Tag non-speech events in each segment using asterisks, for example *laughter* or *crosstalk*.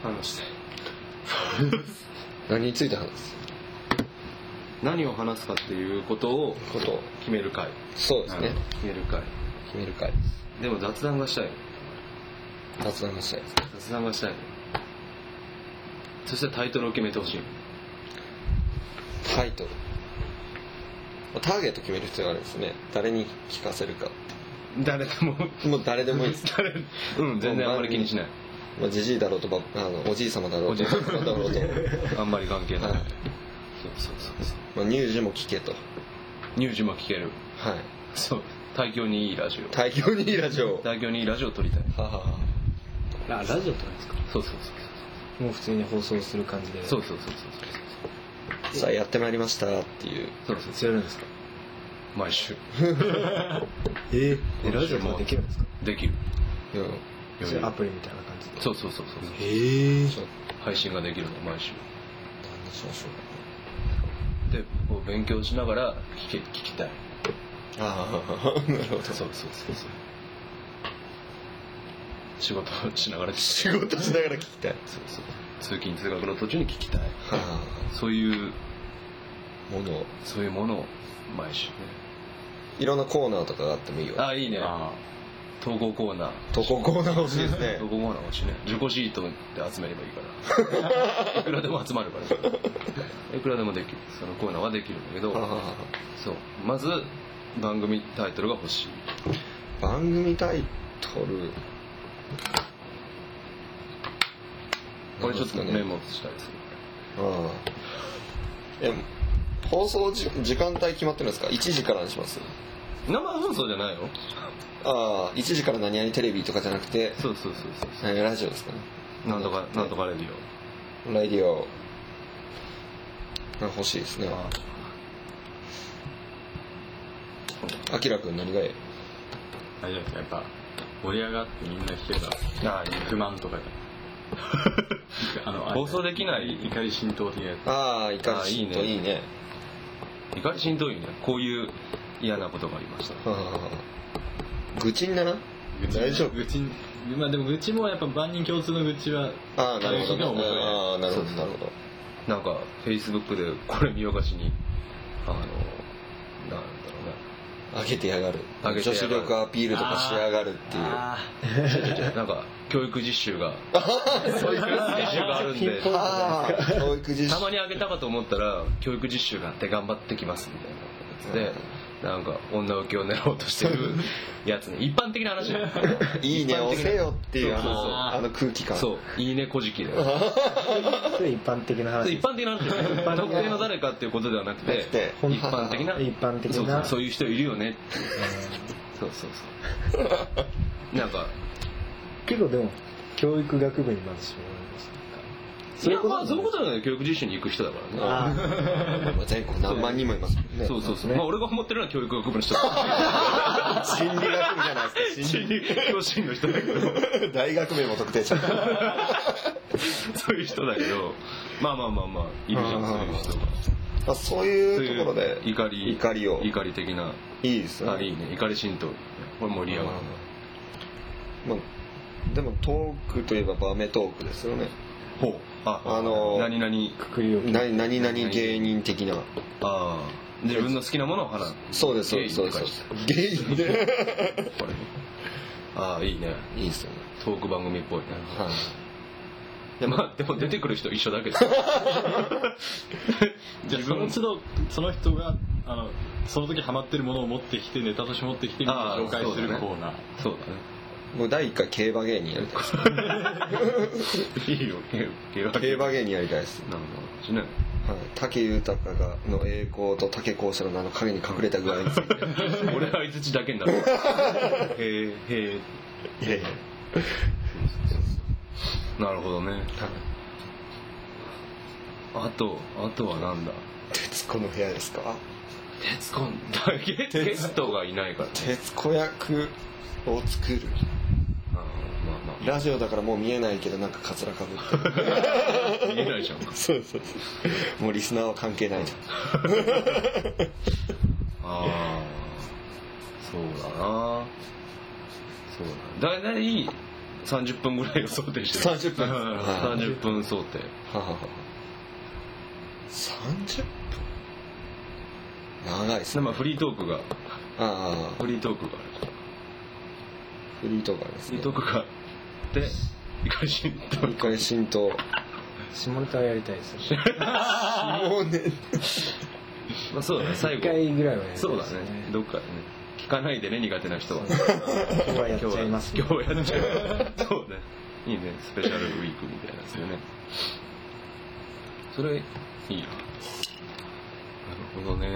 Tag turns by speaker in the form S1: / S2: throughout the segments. S1: 話す
S2: 何について話す
S1: 何を話すかっていうことを
S2: こと
S1: 決める会
S2: そうですね
S1: 決める会
S2: 決める会
S1: でも雑談がしたい
S2: 雑談がしたいです
S1: 雑談がしたいそしたらタイトルを決めてほしい
S2: タイトルターゲット決める必要があるんですね誰に聞かせるか
S1: 誰でも
S2: もう誰でもいいです
S1: 誰うん全然あんまり気にしない
S2: まあじじいだろうとばあのおじい様だろうとおばあ様だろうと、 *laughs*
S1: あんまり関係ない、
S2: はい
S1: そうそうそうそう
S2: まあ、乳児も聞けと
S1: 乳児も聞ける
S2: はい
S1: そう大教にいいラジオ
S2: 大量にいいラジオ *laughs* は
S1: 大教にいいラジオを撮りたい
S2: あはあは
S3: あラジオとかですか
S1: そうそう
S3: もう普通に放送する感じで
S1: そううそうそうそう
S2: あさあやってまいりましたっていう
S1: そうそうそうそう
S3: やるんですか
S1: 毎週
S3: え
S1: え
S3: ラジオとかできるんですか
S1: できる
S2: うん
S3: それアプリみたいな感じで
S1: そうそうそうそう
S3: ええ
S2: ちょっと
S1: 配信ができるの毎週
S2: 何にしましょう
S1: でこう勉強しながら聞け聞きたい
S2: かああ *laughs* なるほど
S1: そうそうそうそう仕事をしながら聞き
S2: 仕事しながら聞きたい
S1: そうそう通勤通学の途中に聞きたい
S2: はあ
S1: そういう
S2: ものを
S1: そういうものを毎週ね
S2: いろんなコーナーとかがあってもいいよ
S1: あいいね
S3: あ
S1: 投稿コーナー
S2: 投稿コーナー欲しいです
S1: *laughs*
S2: ね
S1: 投稿コーナー欲しいね自己シートで集めればいいから *laughs* いくらでも集まるからいくらでもできるそのコーナーはできるんだけど
S2: はあはあは
S1: そうまず番組タイトルが欲しい
S2: あ番組タイトル
S1: これちょっと
S2: なんです
S1: メ
S2: か
S1: モしたいですね
S2: ああえ放送じ時間帯決まってるんですか1時からにします
S1: 生放送じゃないよ
S2: ああ1時から何々テレビとかじゃなくて
S1: そうそうそうそう
S2: えーラジオですかね
S1: なんとか、なんとかレディ
S2: ラジオあ欲しいですね
S1: オ。
S2: あきらくん何がいい
S4: あれじゃないですかやっぱ盛り上がってみんな聞けば
S1: ああいい
S4: 不満と
S1: *laughs*
S4: かであの
S1: 放送できない
S4: 怒り浸透的なやつ
S2: ああいか
S1: ああ
S2: り
S1: い
S2: し
S1: い
S2: ん
S1: ね
S2: といいね
S1: 怒りしんどいね。こういう嫌なことがありました。
S2: はあはあ愚痴にならん
S4: 愚痴
S2: 大丈夫
S4: 愚痴まあでも愚痴もやっぱ万人共通の愚痴は
S2: ああなる
S4: あ
S2: ほどね
S4: れが面白いね
S2: ああなるほど
S1: そう
S2: なるほど
S1: なんか、Facebook でこれ見よがしに、あの、なんだろうね。
S2: 上げてやがる
S1: 上げてや
S2: 女
S1: がる
S2: 子力アピールとかしやがるっていうあ *laughs*
S1: なんか、教育実習が、教育実習があるんで、
S2: あ教育実
S1: た
S2: 習
S1: まにあげたかと思ったら、教育実習があって頑張ってきますみたいなやつで、なんか、女受けを狙おうとして *laughs* るやつね。一般的な話だ *laughs* よ
S2: いいね押せよっていうあ
S1: そうそうそう
S2: のあの空気感
S1: そう、いいねこじ *laughs* きで。
S3: それ一般的な話
S1: 一般的な話じゃない特定の誰かっていうことではなくて
S2: で
S1: 一般的な
S3: 一般的な
S1: そうそうそういう人いるよねっていうそうそう *laughs* そうなんか
S3: 結構でも教育学部にまず絞られまし
S1: それまあそういうことなんだよ教育実習に行く人だからね
S3: たああ
S2: まあ全国何万人もいますもんね
S1: そうそうそう、
S3: ね
S1: まあ俺が思ってるのは教育学部の人 *laughs*
S2: 心理学部じゃないですか
S1: 心理教師の人だけど
S2: 心理大学名も特定しちゃ
S1: *laughs*
S2: った
S1: そういう人だけどまあまあまあまあいるじゃん
S2: あ
S1: そういう
S2: ー
S1: 人が
S2: まあそう
S1: そう
S2: いう
S1: い
S2: ところで
S1: う怒り
S2: 怒りを
S1: 怒り的ない
S2: いですね
S1: あいいね怒り浸透これ盛り上がる
S2: まあでもトークといえばバメトークですよね
S1: ほうあ、
S2: あのー
S1: 何々
S3: くくりを
S2: 何何々芸人的な
S1: ああ自分の好きなものを話す
S2: そうですそうですそうです芸人で
S1: これああいいね
S2: いいですよね
S1: トーク番組っぽいね
S2: はい
S1: でまあでも出てくる人一
S4: *laughs*
S1: 緒だけど
S4: じゃあその都度その人があのその時ハマってるものを持ってきてネタとして持ってきてみんな紹介する
S1: あー
S4: コーナー
S1: そう
S2: もう第1回競馬芸人やりたいです
S1: だねいいよ競競馬
S2: 競馬芸人やりたいです、
S1: なるほどしない
S2: はい、武豊がの栄光と武功者の名の影に隠れた具合に *laughs* ついて
S1: *laughs* 俺は相づちだけになるへえへ
S2: いやいや
S1: えなるほどねあとあとはなんだ
S2: 徹子の部屋ですか
S1: 徹子だけゲストがいないから
S2: 徹子役を作る
S1: あーまあま
S2: ラジオだからもう見えないけどなんかカツラかぶってる
S1: あ見えないじゃん
S2: *laughs* そうそうそうもうリスナーは関係ないじ
S1: ああそうだなそうだだいたい30分ぐらいを想定してる
S2: 30分
S4: うん
S2: はい
S1: 30分想定
S2: ははは30分長いです
S1: で
S2: ね
S1: まあフリートークが
S2: ああ
S1: フリートークがある
S2: フリートークありま
S1: フ
S2: す
S1: リ
S2: ね
S1: ートークがあって怒り浸透
S2: 一回浸透も
S3: 下ネタはやりたいですね
S2: うね
S1: まあそうだね最
S3: 一
S1: 後
S3: 回ぐらいはやりたい
S1: そう
S3: で
S1: だ
S3: す
S1: ね
S3: ね
S1: どっかね聞かないでね苦手な人は
S3: 今日はやっちゃいます
S1: 今日はやっちゃいますそうねいいねスペシャルウィークみたいなですよねそれいいななるほどね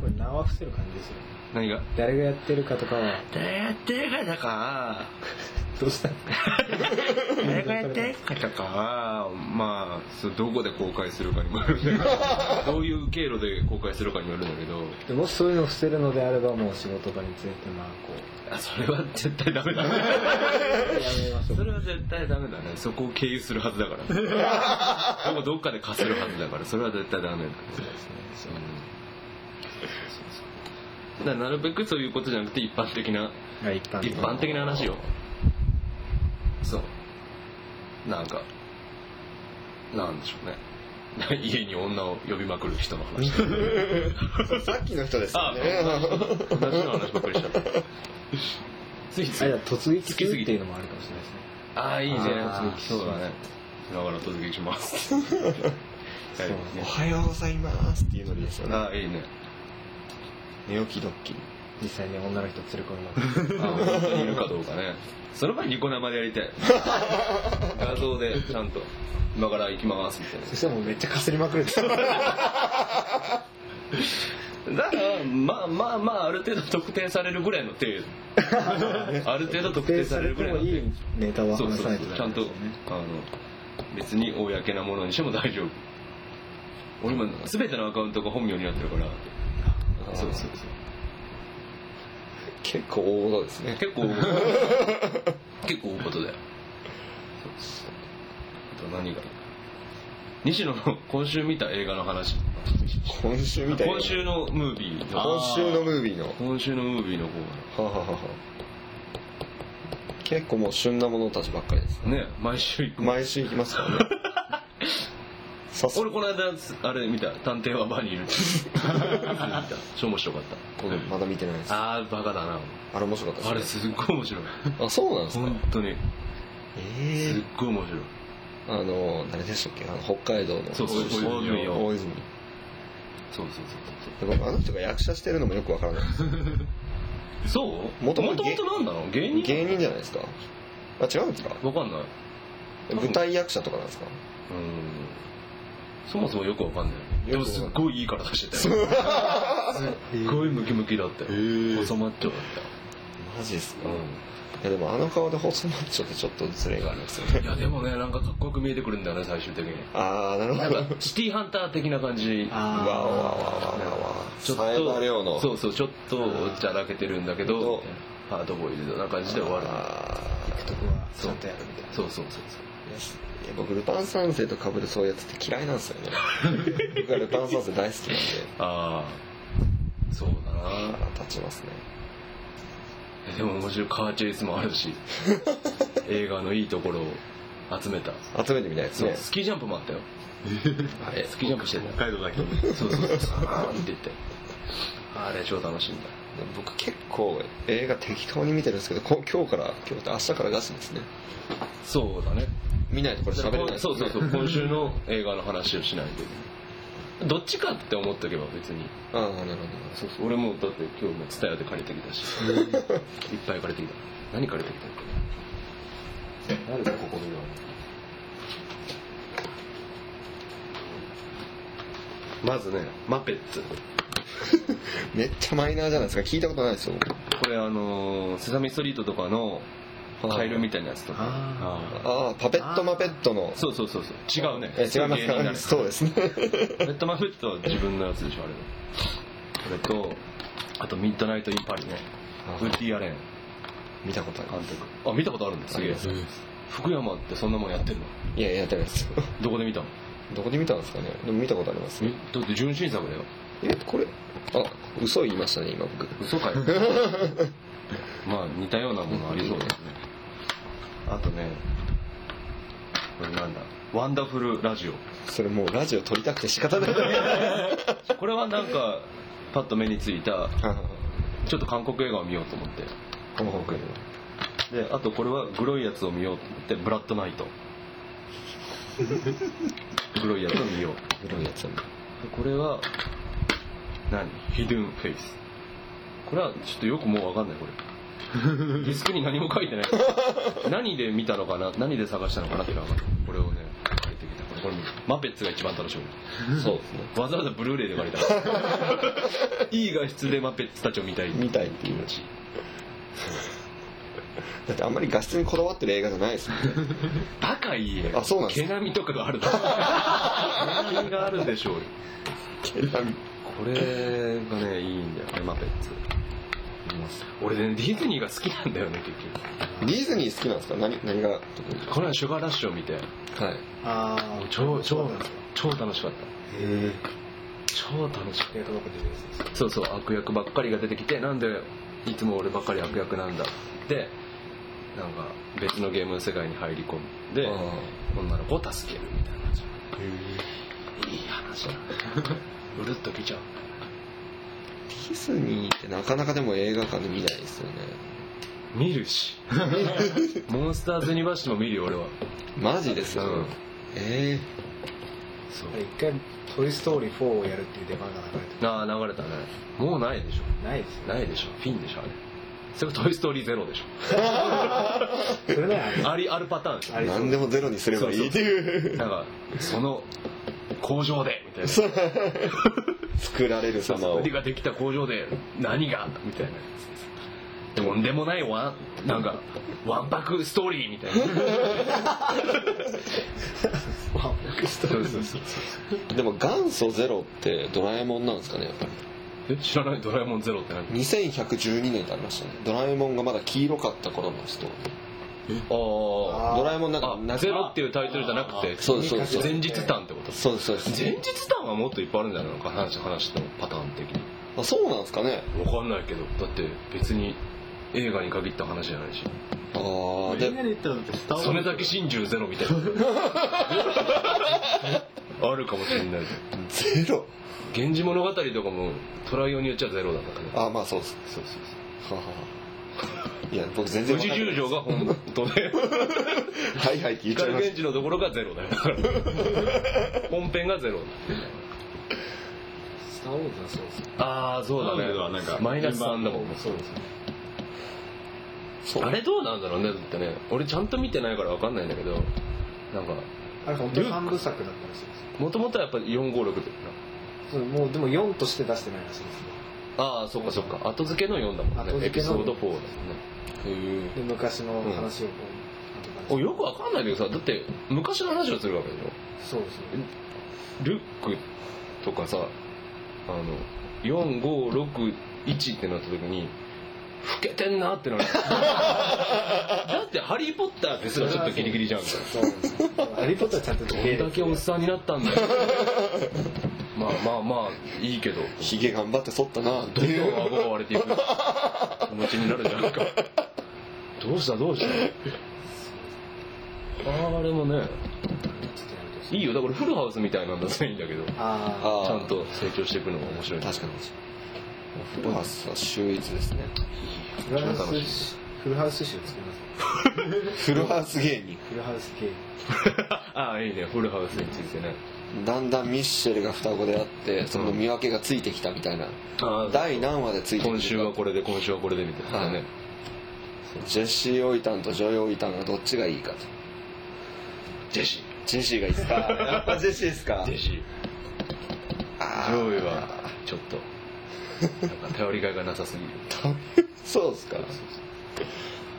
S3: これ縄伏せる感じですよ
S1: 何が
S3: 誰がやってるかとかは
S1: 誰がやってるかとか
S3: どうしたんですか
S1: 誰がやってるかとかはまあそうどこで公開するかにもよるんだけどどういう経路で公開するかにもよるんだけど
S3: でもしそういうのを伏せるのであればもう仕事場についてまあこう
S1: あそれは絶対ダメだね
S3: やめましょ
S1: そうれは絶対ダメだねそこを経由するはずだから *laughs* でもどっかで貸せるはずだからそれは絶対ダメだねそうですねそうそうそうだからなるべくそういうことじゃなくて一般的な
S3: が一般
S1: 一般的な話よそうなんかなんでしょうね *laughs* 家に女を呼びまくる人の話
S2: さっきの人ですよね
S1: 同じような話ばっかりしちゃ *laughs* ったついつ
S3: あ
S1: い
S3: じゃあ突撃するっていうのもあるかもしれないですね
S1: ああいいね
S3: あー
S1: そうだねだから突撃します *laughs* はい
S2: おはようございますっていうのりですよね
S1: ああいい *laughs* ね
S2: 寝起きドッキリ
S3: 実際に女の人連れ込みます
S1: あ本当にいるかどうかねその前にニコ生でやり *laughs* たい画像でちゃんと今から行きますみたいな
S3: *laughs* そしたらもうめっちゃかすりまくるんですよ
S1: だからまあまあまあある程度特定されるぐらいの程 *laughs* 度ある程度特定されるぐらいの程
S3: いいネタを
S1: 度そう
S3: 話
S1: そ
S3: さ
S1: う
S3: ないと
S1: そうちゃんとあの別に公なものにしても大丈夫俺今全てのアカウントが本名になってるから
S2: あー
S1: そうそうそう
S2: 結構大事ですね
S1: 結
S2: *laughs*
S1: 構結構大事だよあと何が西野の今週見た映画の話
S2: 今週みたいな
S1: 今週のムービーの
S2: 今週のムービーのは
S1: 今週のムービーの方
S2: ははは結構もう旬なものたちばっかりです
S1: がね毎週行く
S2: 毎週行きま
S1: *laughs*
S2: すからねさす
S1: 俺この間あれ見た「探偵はバニーいる」超面白かっ
S2: これまだ見てないです
S1: たああバカだな
S2: あれ面白かった
S1: あ
S2: で
S1: れ
S2: す
S1: すっごい面白い
S2: あそうなんですか
S1: 本当に
S2: え
S1: すっ
S2: え
S1: ごい面白い
S2: あの誰でしたっけあの北海道の
S1: そうそう
S2: 大
S1: 大泉洋
S2: 大泉
S1: そうそうそう
S2: でもあの人が役者してるのもよくわからない
S1: そうそうも
S2: も
S1: と
S2: と
S1: も
S2: も
S1: と
S2: と
S1: なんなの芸人
S2: 芸人じゃないですかあ違うんですか
S1: わかんない
S2: 舞台役者とかなんですか
S1: うんそもそもよくわかんないで
S2: よ
S1: も
S2: くわかんない
S1: すっごいいい体してたよすっごいムキムキだったよ細マッチョだっ
S2: マジです
S1: た
S2: か
S1: よ
S2: いやでもあの顔で細マッチョってちょっとズレがありますよ
S1: *laughs*
S2: ね
S1: いやでもねなんかかっこよく見えてくるんだよね最終的に
S2: ああなるほ
S1: な
S2: どわ
S1: *laughs* んかシティーハンター的な感じ
S2: あわあわあわあわあわあ
S1: ちょっ
S2: 冴
S1: と
S2: 羽のの
S1: そうそうちょっとじゃらけてるんだけど
S2: ど
S1: ハードボイルドな感じで終わる
S2: あー
S3: とこはちゃんとやるみたいな
S1: そうそうそうそ
S2: いや僕ルパン三世とかぶるそういうやつって嫌いなんで
S1: *laughs*
S2: すよね僕はルパン三世大好きな
S1: う
S2: んで
S1: ああそうだな
S2: 腹立ちますね
S1: えでも面白いカーチェイスもある *laughs* し映画のいいところを集めた
S2: 集めてみたいです
S1: そう
S2: ね
S1: スキージャンプもあったよあれスキージャンプしてた
S4: 北海道だけど
S1: そうそうそうそうあーって言ってあれ超楽しいんだ
S2: 僕結構映画適当に見てるんですけどこ今日から今日って明日からガチですね
S1: そうだね
S2: 見ないとこれ喋れないです、ね、
S1: そうそうそう今週の映画の話をしないといけないどっちかって思っとけば別に
S2: ああなるほど
S1: そうそう俺もだって今日も蔦屋で借りてきたしいっぱい借りてきた何借りてきたっ
S3: 誰だここには
S1: けまずねマペッツ
S2: めっちゃマイナーじゃないですか聞いたことないですよ僕
S1: これあのーセサミストリートとかのカエルみたいなやつとか
S3: あ
S2: ああパペットマペットの
S1: そうそうそうそう違うね
S2: え違います
S1: 芸人だ
S2: か
S1: ね
S2: そうですね
S1: パペットマペットは自分のやつでしょあれこれとあとミッドナイト・イン・パリねウッディ・アレン
S2: 見たことあり
S1: 監
S2: ます
S1: 督あ見たことあるんだすげえ
S2: ありま
S1: 福山ってそんなもんやってるの
S2: いやいやってないですよ
S1: どこで見たの
S2: どこで見たんですかねでも見たことあります
S1: えだって純真作だよ
S2: えこれあ嘘言いましたね今僕
S1: *laughs* 嘘かよまあ似たようなものありそうですねあとねこれなんだワンダフルラジオ
S2: それもうラジオ撮りたくて仕方ない。は
S1: これはなんかパッと目についた
S2: いはいはい
S1: ちょっと韓国映画を見ようと思って韓国映画であとこれはグロいやつを見ようと思ってブラッドナイトグロいやつを見よう
S2: グロいやつなんだ
S1: でこれは何ヒドゥンフェイスこれはちょっとよくもう分かんないこれ *laughs* ディスクに何も書いてない何で見たのかな何で探したのかなっていうのは分かんないこれをね書いてきたこれこれマペッツが一番楽しみ
S2: そうですね。
S1: わざわざブルーレイで借り *laughs* たからいい画質でマペッツたちを見たい
S2: 見たいっていう
S1: ち
S2: だってあんまり画質にこだわってる映画じゃないですもんね。
S1: バカいいね
S2: あそうなんです
S1: 毛並みとかがあるだろ毛並みがあるでしょうよこれがねいいんだよねマペッツ俺ねディズニーが好きなんだよね結
S2: ディズニー好きなんですか何何が特に
S1: 局この間シュガーラッシュを見て
S2: はい。
S3: あ
S1: 超
S3: そ
S1: 超
S3: うなんですか
S1: 超楽しかった
S3: へ
S1: 超楽しかっ
S3: え映画のこと言うやつです
S1: たそうそう悪役ばっかりが出てきてなんでいつも俺ばっかり悪役なんだでなんか別のゲームの世界に入り込んで女の子を助けるみたいな感じいい話だうるっときちゃう
S2: ディズニーってなかなかでも映画館で見ないですよね。
S1: 見る *laughs* しモンスターズ・ユニバーシティも見るよ俺は
S2: マジですよ。
S1: うん
S2: え
S1: そう
S3: 一回「トイ・ストーリー4」をやるっていう出番が流れて
S1: なあ流れたねもうないでし
S3: ないです
S1: ょ
S3: よ
S1: ないでしょフィンでしょあれそれ「トイ・ストーリーゼロでし
S3: それならあり
S1: ょありあるパターンでし
S3: あ
S2: え
S3: りそう
S2: 何でもゼロにすればいいっていう。
S1: ょなんかその工場でみたいなそう
S2: *laughs* 作られる
S1: そう
S2: 様を。
S1: ができた工場で何がみたいなとんでもないわなんかわんぱくストーリーみたいなそうそうそう
S2: でも元祖ゼロってドラえもんなんですかねやっぱり。
S1: え知らないドラえもんゼロって何
S2: 2112年ってありましたねドラえもんがまだ黄色かった頃の人
S1: あ
S2: ドラえもんなん
S1: あ
S2: か
S1: あ
S2: な
S1: ゼロっていうタイトルじゃなくて
S2: そうですそうです
S1: 前日談ってこと
S2: そうですそうです
S1: 前日談はもっといっぱいあるんじゃないのか話話のパターン的に
S2: あそうなんですかね
S1: 分かんないけどだって別に映画に限った話じゃないし
S2: ああ
S4: み
S2: で
S4: んなで言ったらだってスター・ウォーズ
S1: それだけ真珠ゼロみ *laughs* たいなあるかもしれない
S2: ゼロ
S1: 「源氏物語」とかもトライオによっちゃゼロだったね
S2: あまあそうです
S1: そうそう
S2: はははいや僕全
S1: そう
S2: 然
S1: 富士
S2: わかんない
S1: 十条が本当で
S2: はいはいって言っちゃ
S1: 光
S2: いまし
S1: 源氏のところがゼロだよだから本編がゼロ
S3: スター・ウォーズはそうですよ
S1: ああそうだね
S4: スターウォーズはなんか
S1: マイナス3だもん
S3: そうですよ
S2: た
S1: あれどうなんだろうねだってね俺ちゃんと見てないから分かんないんだけどなんか
S3: あれ本当に三部作だったらしいです
S1: もともとはやっぱり456で
S3: そうもうでも4として出してないらしいですよ
S1: ああそっかそっか後付けの4だもん
S3: 後
S1: ねエ
S3: 付
S1: ピ
S3: けの
S1: ソード4だもんねへ
S3: で昔の話をこう、
S1: えよく分かんないけどさだって昔の話をするわけでし
S3: そうですね
S1: ょルックとかさあの4561ってなった時に老けてんな
S3: *laughs*
S1: ってなるだって「ハリー・ポッター」ですらちょっとギリギリ
S3: *laughs*
S1: じゃん
S3: そうですねハリー・ポッターはちゃんと時
S1: ど
S3: 系
S1: ん
S3: 列
S1: だけおっさんになったん
S3: *laughs*
S1: だよまあまあまあいいけど
S2: ひげ頑張って剃ったな
S1: どんどん顎が割れていく気持ちになるじゃんかどうしたどう
S3: *laughs*
S1: したああれもねいいよだからフルハウスみたいなんだ全員だけどち
S3: あ
S2: あー
S1: ゃんと成長していくのが面白い
S2: 確かにフルハウスは秀逸ですね
S3: あフルハウスフルハウス集作ります
S2: フルハウス芸人
S3: フルハウス系
S1: *laughs* ああいいねフルハウスについてね
S2: だんだんミッシェルが双子であってその見分けがついてきたみたいな
S1: ああ
S2: 第何話でついてきた
S1: 今週はこれで今週はこれでみたいなね、
S2: はいジェシー・オイタンとジョイ・オイタンがどっちがいいかと
S1: ジェシ
S2: ジェシーがいいっすかやっぱジェシーっすか
S1: ージェシー
S2: あ
S1: 上位
S2: ー
S1: はちょっとなんか頼りがいがなさすぎる
S2: そうっすか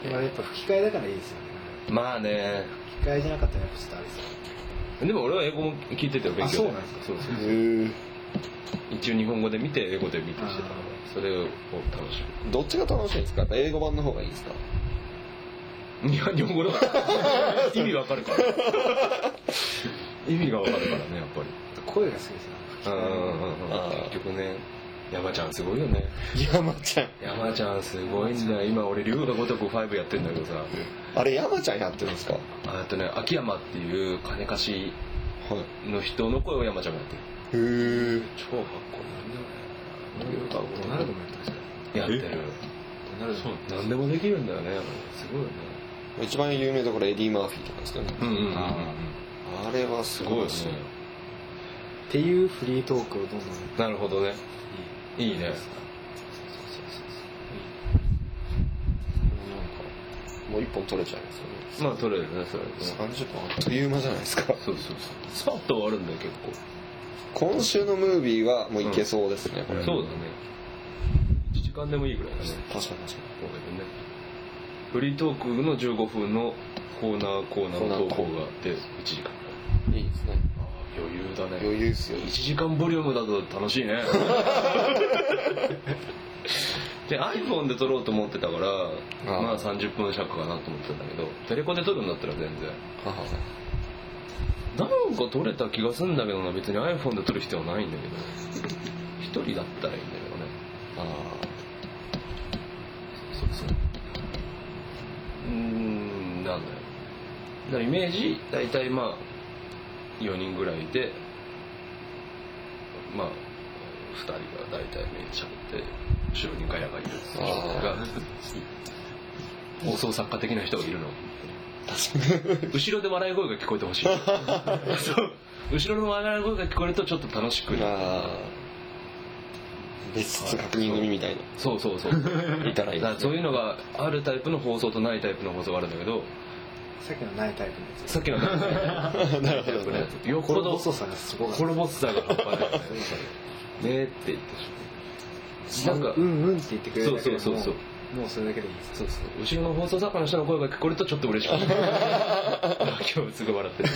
S3: まあやっぱ吹き替えだからいいですよね
S1: まあね
S3: 吹き替えじゃなかったらやっぱちょっとあれですよ
S1: でも俺は英語も聞いてたよ勉強
S3: あそうなんですか
S1: そうそう
S2: へー
S1: 一応日本語で見て英語で見てしてたか
S3: あ
S1: らそれを楽し
S2: どっちが楽しいんですかやっぱ英語版の方がいいですか
S1: むいや日本語だから *laughs* 意味わかるから意味がわかるからねやっぱり
S3: 声が好きですよ
S1: うんうんうん
S2: あー
S1: 結局ね山ちゃんすごいよね
S2: 山ちゃん
S1: 山ちゃんすごいんだよ今俺竜が如く5やってんだけどさ
S2: あれ山ちゃんやってるんですかは
S1: あとね秋山っていう金貸しの人の声を山ちゃんがやってる
S2: いへえ
S1: 超かっこいいんだよね
S3: ドナルドもやってましたよ
S1: やってる
S3: ドナルド
S4: そう
S1: 何でもできるんだよねすごいよね
S2: 一番有名どころエディ・マーフィーとかですよね、
S1: うんうんうん
S3: あ
S2: あれはす
S1: す
S2: ご
S1: ごい
S2: い
S1: よ
S2: で
S1: ね
S2: すね
S3: っていうフリートークをどんどん
S1: なるほどねいいね
S2: もう一本取れちゃいますよね
S1: まあ取れるねそれね
S2: 30分あっという間じゃないですか *laughs*
S1: そうそうそうスパッと終わるんだよ結構
S2: 今週のムービーはもういけそうですね、これ
S1: そうだね1時間でもいいぐらいだね
S2: 確かに確
S1: こ
S2: か
S1: うだけどねフリートークの15分のコーナーコーナーの投稿があって1時間
S2: にいいですね
S1: 余裕だね
S2: 余裕っすよ
S1: 1時間ボリュームだと楽しい *laughs* ねで iPhone で撮ろうと思ってたから
S2: あ
S1: まあ30分尺かなと思ってたんだけどテレコで撮るんだったら全然なんか撮れた気がするんだけどな別に iPhone で撮る必要ないんだけど1人だったらいいんだけどね
S2: あ
S1: そうそううーんなんだよだからイメージ大体まあ4人ぐらいでまあ2人が大体メインしゃって後ろにガヤがいる
S2: あ
S1: *laughs*
S2: ー
S1: が放送作家的な人がいるの後ろで笑い声が聞こえてほしい *laughs* そう後ろの笑い声が聞こえるとちょっと楽しく
S2: あああ別室確認組みたい
S1: そうそうそう
S2: ないたらいい
S1: だから
S2: です
S1: そう
S2: ね
S1: いうのがあるタイプの放送とないタイプの放送があるんだけど
S3: さっきのないタイプのやつ
S1: さっきの話ね
S2: *laughs* なるほどね
S1: よっ
S3: こ
S1: ぽ
S3: れ
S1: ど
S3: 細さがすごかった
S1: これボスさが半端ないよねねえって言ってしまうなんか
S3: うんうんって言ってくれるだけでも
S1: そうそうそう
S3: もうそれだけでいいです
S1: そうそう後ろの放送作家の人の声が聞こえるとちょっと嬉しかった今日すぐ笑ってる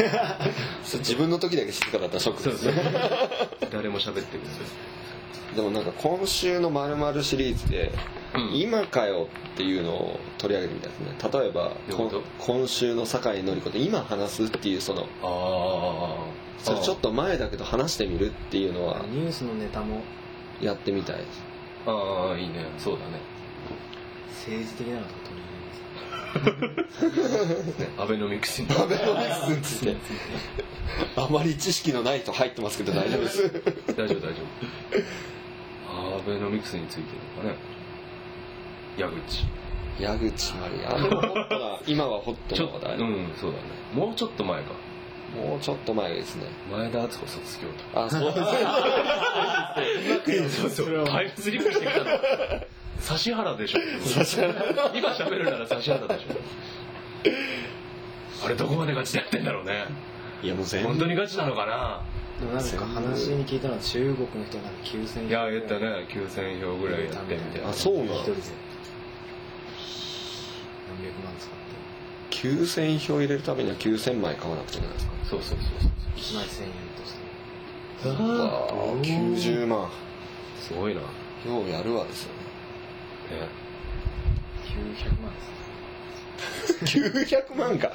S2: そう自分の時だけ静かだったらショック
S1: そう
S2: です
S1: そう
S2: ね
S1: 誰も喋ってくれない
S2: でもなんか今週の〇〇シリーズで、
S1: うん
S2: 今かよっていうのを取り上げてみたいですね例えば
S1: どういうこと
S2: こ今週の酒井紀子で今話すっていうその
S1: ああ
S2: それちょっと前だけど話してみるっていうのは
S3: ニュースのネタも
S2: やってみたいです
S1: ああいいねそうだね
S3: 政治的なのとか取り入れます
S1: ねアベノミクスに
S2: アベノミクスについてあまり知識のない人入ってますけど大丈夫です
S1: 大丈夫大丈夫アベノミクスについてとかね矢口
S2: *laughs* 矢口まりやあのホットな今はホット
S1: ち
S2: な
S1: ょ
S2: 話
S1: っと
S2: 題、
S1: うんそうだねもうちょっと前か
S2: もうちょっと前ですね
S1: 前田敦子卒業とか
S2: *laughs* あそうです
S1: そうそう。タイムスリップしてきたの。指原でしょ。今喋るなら指原でしょ。あれどこまでガチでやってんだろうね。
S2: いやもう全
S1: 本
S2: 部
S1: 当にガチなのかな。
S3: でもなんか話に聞いたのは中国の人はなんか9000
S1: いや、やったね、9000票ぐらいやってみたいな
S2: あ。そうなん
S3: 一人で何百万使っ
S2: 9000票入れるためには9000枚買わなくちゃいけないですか
S1: そうそうそう
S3: て1枚1000円として
S1: そう。
S2: わあ90万
S1: すごいな。ね
S2: ようやるわですよね
S3: 900万ですね
S2: 900万か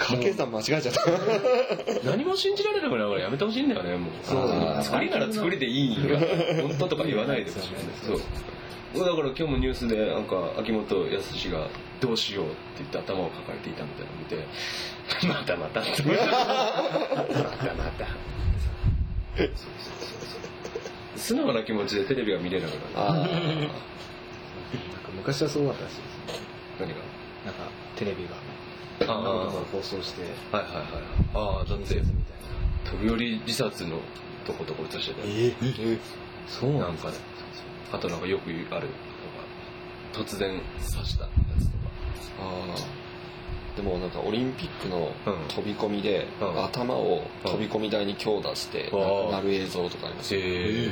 S2: 掛け算間違えちゃった
S1: 何も信じられなくなるからやめてほしいんだよね、もう。
S3: そう
S2: だね
S1: 作りなら作りでいい *laughs* よ。本当とか言わないでほしいね。そう。だから今日もニュースでなんか秋元康がどうしようって言って頭を抱えていたみたいなの見て *laughs* またまたってまたまたそうそうそうそう素直な気持ちでテレビが見れなくなる
S2: あ
S3: なんか昔はそうだったらしいですね
S1: 何が
S3: なんかテレビが
S1: ああ
S3: なんか放送して
S1: はいはいはいああだって
S3: みたいな
S1: 飛び降り自殺のとことこ映してたよ
S2: ええ
S3: そう
S1: なんかねあとなんかよくあるのが突然刺したやつとか
S2: あーでもなんかオリンピックの
S1: うん
S2: 飛び込みで、
S1: うん
S2: 頭を飛び込み台に強打して、
S1: うん
S2: ななる映像とかありますよ
S1: へえ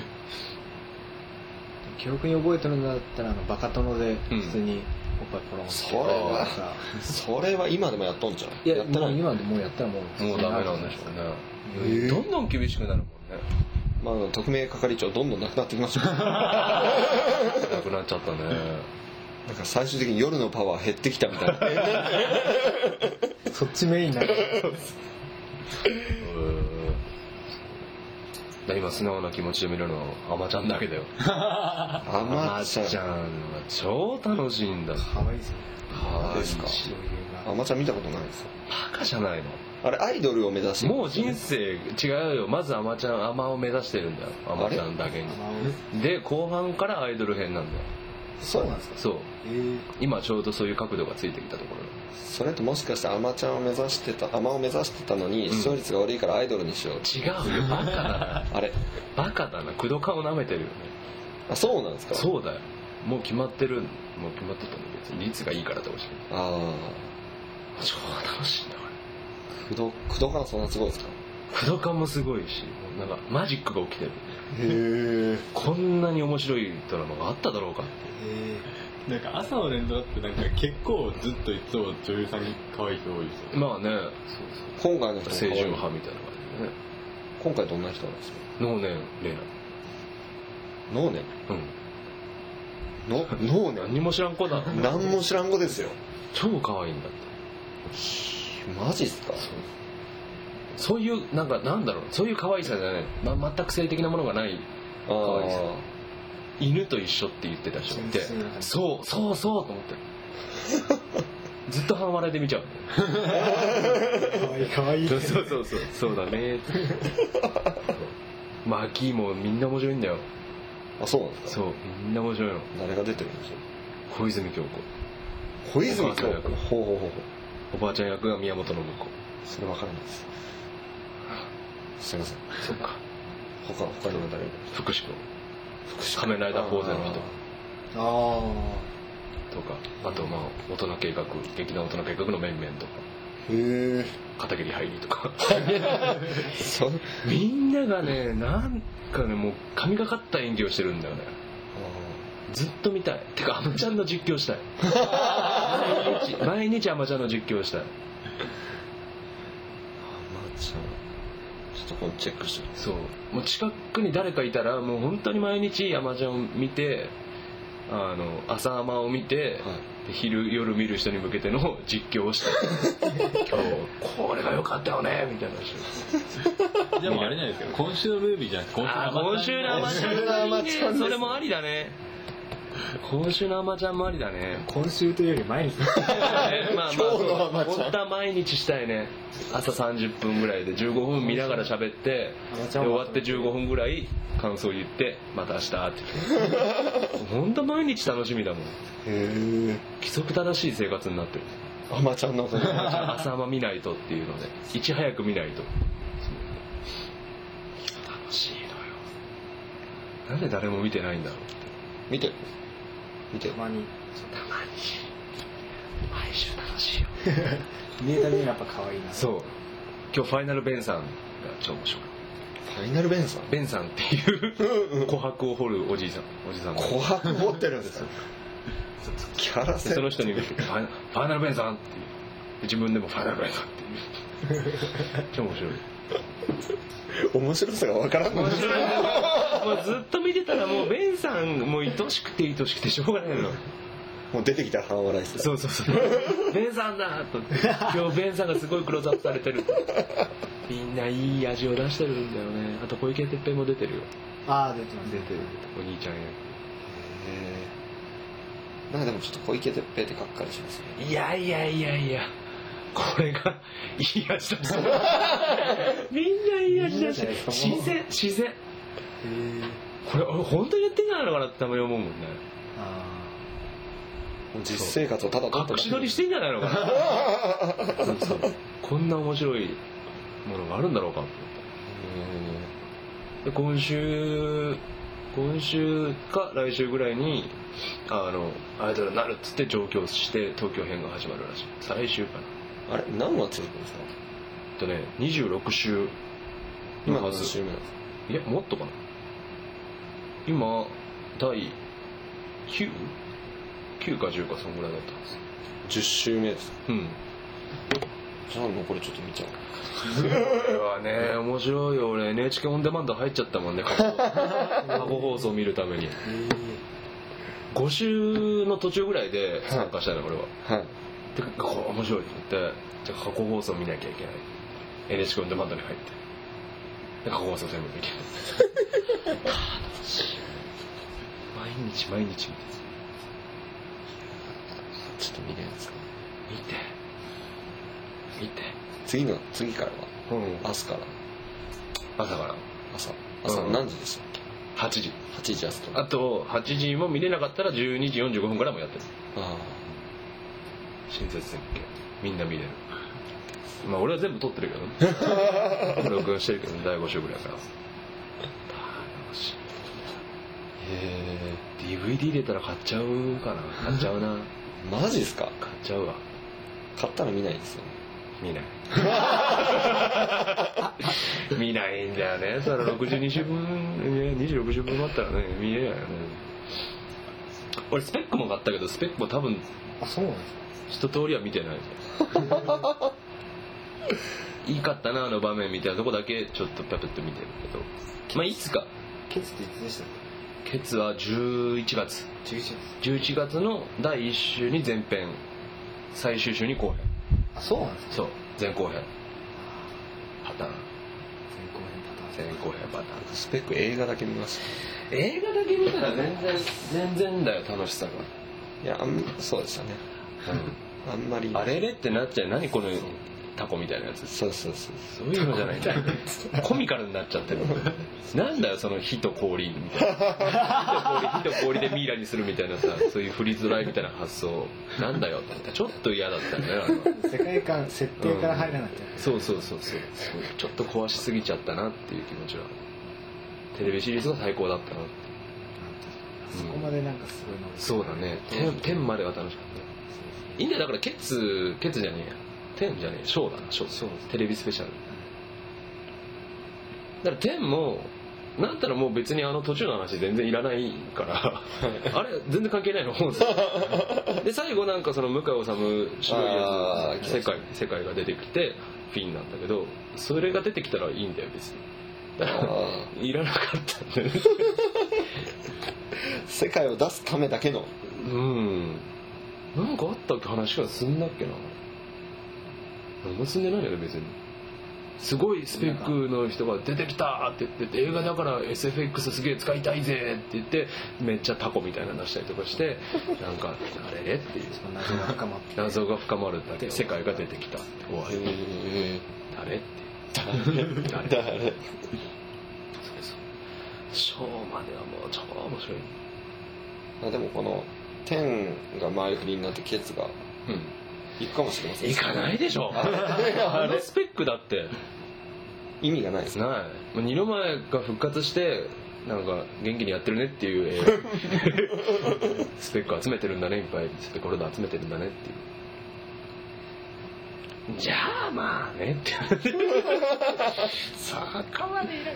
S3: 記憶に覚えてるんだったらあのバカ殿で普通におっぱいポロンって
S2: それは
S3: さ
S2: それは今でもやっとんじゃん
S3: いや
S2: ってな
S3: もう
S2: い
S3: 今でもうやったらもう
S1: もうダメなんでしょうね
S3: うん
S2: えー
S1: どんどん厳しくなるもんね
S2: まあ、匿名係長どんどんなくなってきまし
S1: *laughs*
S2: たなん
S1: なくなっちゃったね
S2: か最終的に夜のパワー減ってきたみたい
S1: *laughs*
S2: な
S3: そっちメインになる
S1: うーんだ今素直な気持ちで見るのはアマちゃんだけだよ
S2: あ
S1: ア
S2: ま
S1: マ
S2: ち
S1: ち
S2: ゃ
S1: ゃ
S2: ん
S1: んは超楽しいんだ
S3: 可愛いですよね
S2: あですか
S3: 白い
S2: あ
S3: 色が
S2: まちゃん見たことないです
S1: バカじゃないの
S2: あれアイドルを目指して
S1: もう人生違うよまずアマちゃんアマを目指してるんだよアマちゃんだけにで後半からアイドル編なんだよ
S2: そうなんです
S3: すか
S1: そう
S3: えー
S1: 今ちょうどそういう角度がついてきたところ
S2: それともしかしてアマちゃんを目指してたアマを目指してたのに
S1: うん
S2: 視聴率が悪いからアイドルにしようって
S1: 違うよバカだな
S2: あれ
S1: バカだな工藤顔舐めてるよね
S2: あそうなんですかう
S1: そうだよもう決まってるもう決まってたんだ別に率がいいからってほしい
S2: あ
S1: 超楽しいんだこれ
S2: あ工藤工藤からそんなすごいですか
S1: 工藤感もすごいしもうなんかマジックが起きてる
S2: へえ
S1: こんなに面白いドラマがあっただろうかって
S3: え
S4: なんか朝の連ドラってなんか結構ずっといつも女優さんに可愛い人多いですよね
S1: まあね
S2: 今回の人
S1: 清純派みたいな感じでね
S2: 今回どんな人なんですか
S1: 能年玲奈
S2: ノーネ
S1: うん
S2: ノノーネ
S1: 何も知らん子だ
S2: 何も知らん語ですよ
S1: *laughs* 超可愛いんだって
S2: マジっすか
S1: そういうなんかなんだろうそういう可愛さじゃない、ま、全く性的なものがない
S2: あ
S1: わいいっす
S2: あ
S1: 犬と一緒って言ってた人って
S3: 純粋な感じ
S1: そうそうそうと思って *laughs* ずっと半笑いで見ちゃう
S3: ー、かわいいかわいい
S1: そうそうそうそうそうだねマキーもみんな面白いんだよ
S2: あそうなんですか
S1: そうみんな面白いの
S2: 誰が出てるんですか
S1: 小泉京子
S2: 小泉今日
S1: お母さん役
S2: ほうほうほうほう
S1: おばあちゃん役が宮本信子
S2: それわからないですすいません
S1: そうか
S2: 他他には誰が
S1: 福士君仮面ライダーフォーゼの人
S3: ああ
S1: とかあとまあ大人計画劇団大人計画の面々とか
S2: へえ
S1: 片桐はいりと *laughs* か
S2: そう
S1: みんながねなんかねもう神がかった演技をしてるんだよねずっと見たいてかあまちゃんの実況
S2: *laughs*
S1: したい毎日毎日あまちゃんの実況したい
S2: あまちゃんちょっとこれチェックして
S1: そうもう近くに誰かいたらもう本当に毎日アマちゃんを見てあの朝アマを見て、
S2: は
S1: で昼夜見る人に向けての実況をした
S2: *laughs*
S1: 今日これが良かったよねみたいな話
S4: でもあれじゃないですか今週のルービーじゃなくて
S1: あー今週のアマちゃん
S2: 今週のアマちゃんです
S1: それもありだね今週のアマちゃんもありだね
S3: 今週というより前に
S1: え *laughs* まあまあ
S2: 今日のアマちゃん
S1: 本当は毎日したいね朝30分ぐらいで15分見ながら喋って
S3: あのち
S1: で
S3: ゃん
S1: 終
S3: は
S1: わって15分ぐらい感想言ってまた明日って本当毎日楽しみだもん
S2: へえ
S1: 規則正しい生活になってる
S2: あまちゃんのこと
S1: 朝間見ないとっていうのでいち早く見ないと楽しいのよなんで誰も見てないんだろうって
S2: *laughs* 見てる見て
S3: た
S2: る
S3: まに
S1: たまに毎週楽しいよ
S3: 見えた目がやっぱ可愛いな
S1: そう今日ファイナルベンさんが超面白い
S2: ファイナルベンさん
S1: ベンさんっていう琥珀を掘るおじいさんおじさんが
S2: 琥珀持ってるん *laughs* ですかキャラ
S1: で
S2: 性
S1: その人に「ファイナファイナルベンさん」っていう自分でも「ファイナルベンさん」っていう超面白い
S2: 面白さがわからんの
S1: 面
S2: です
S1: 白いもうずっと見てたらもうベンさんもう愛しくて愛しくてしょうがないの
S2: もう出てきたら半笑いです
S1: そうそうそうベンさんだと今日ベンさんがすごいクローズアップされてるみんないい味を出してるんだよねあと小池徹平も出てるよ
S3: ああ出てます
S1: 出てるお兄ちゃんや
S2: へえなんかでもちょっと小池徹平ってがっかりしますね
S1: いやいやいやいやこれがいい味 *laughs* だみんないい味だし自然自然
S3: へー
S1: これ俺本当にやってんじゃないのかなってたまに思うもんね
S3: あ
S2: もう実生活をただ撮った
S1: 隠し撮り
S2: *laughs*
S1: してんじゃないのかなそうそうこんな面白いものがあるんだろうかと思ってで今週今週か来週ぐらいにあのアイドルになるっつって上京して東京編が始まるらしい再来週かな
S2: あれ何話続くんですか
S1: えっとね26週
S2: 今
S1: のは
S2: 何
S1: ず
S2: 週目なんですか
S1: いやもっとかな今第 9?9 か10かそんぐらいだったんです
S2: 10週目です
S1: うん
S2: じゃあ残りちょっと見ちゃおう
S1: これはね面白いよ俺 NHK オンデマンド入っちゃったもんね過 *laughs* 去過去放送見るために
S3: あへ
S1: 5週の途中ぐらいで参加したの俺は
S2: はい
S1: でこれ面白いと思ってじゃあ過 *laughs* 去放送見なきゃいけない NHK オンデマンドに入ってで過去放送全部見て毎日毎日見て
S2: ちょっと見れないですか
S1: 見て見て
S2: 次の次からは
S1: うん
S2: 明日から
S1: 朝から
S2: 朝朝
S1: うん
S2: 何時でしたっけ
S1: 8時
S2: 8時明日と
S1: あと8時も見れなかったら12時45分からもやってる
S2: あ
S1: 新設設計みんな見れるまあ俺は全部撮ってるけ *laughs* どね録音してるけどね第5章ぐらいから楽し
S2: へ
S1: い DVD 出たら買っちゃうかな買っちゃうな
S2: えマジですか
S1: 買っちゃうわ
S2: 買ったら見ないですよね
S1: 見ない *laughs* 見ないんだよねそれ62週分ね26週分もあったらね見れないよね俺スペックも買ったけどスペックも多分
S3: あそうなんですか
S1: 一通りは見てないいいかったなあの場面みたいなとこだけちょっとペペって見てるけどまあいつか
S3: *laughs* ケツっていつでしたっ
S1: ケツは11月
S3: け11月
S1: 11月の第1週に前編最終週に後編
S3: あそうなんですか
S1: そう前後編パターン
S3: 前後編パターン
S1: 前後編パターン
S2: スペック映画だけ見まし
S1: 映画だけ見たら全然全然だよ楽しさ
S2: たいやあんそうでしたね
S1: が、
S2: あんまり
S1: あれれってなっちゃう何このタコみたいなやつ
S2: そうそうそう
S1: そういうのじゃないんだよ *laughs* コミカルになっちゃってるなんだよその火と氷みたいな火と氷火と氷でミイラにするみたいなさそういうフリーズドライみたいな発想なんだよって思ってちょっと嫌だったよねあれは
S3: 世界観設定から入らなきゃ、
S1: そうそうそうそうそうちょっと壊しすぎちゃったなっていう気持ちはテレビシリーズが最高だったなって
S3: そこまでなんかすごいの
S1: そうだね天天までは楽しかったいいんだよだからケツケツじゃねえや天じゃねえショーだなショー
S3: そうです
S1: テレビスペシャルだから天もなんたらもう別にあの途中の話全然いらないからあれ全然関係ないの本さで最後なんかその向井治白い
S2: あ
S1: や
S2: ー
S1: つ世界世界が出てきてフィンなんだけどそれが出てきたらいいんだよ別にだから
S2: あ
S1: いらなかったんだよね
S2: ー世界を出すためだけの
S1: うんなんかあったっけ話がすんだっけな何も進んでないよね別にすごいスペックの人が出てきたって言ってて映画だから SFX すげえ使いたいぜって言ってめっちゃタコみたいなの出したりとかしてなんかあれれっていう
S3: その謎が深まって
S1: 謎が深まるだけ世界が出てきた終わ
S2: へ
S1: り
S2: *laughs* え
S1: 誰って誰
S2: だから
S1: そうそうショーまではもう超面白い
S2: あでもこの天が前振りになってケツが行くかもしれません
S1: 行かないでしょあれスペックだって
S2: 意味が *laughs* ないですね
S1: ない二の前が復活してなんか元気にやってるねっていう映画スペック集めてるんだねいっぱいスペックホルダー集めてるんだねっていうじゃあまあねってそこまでいら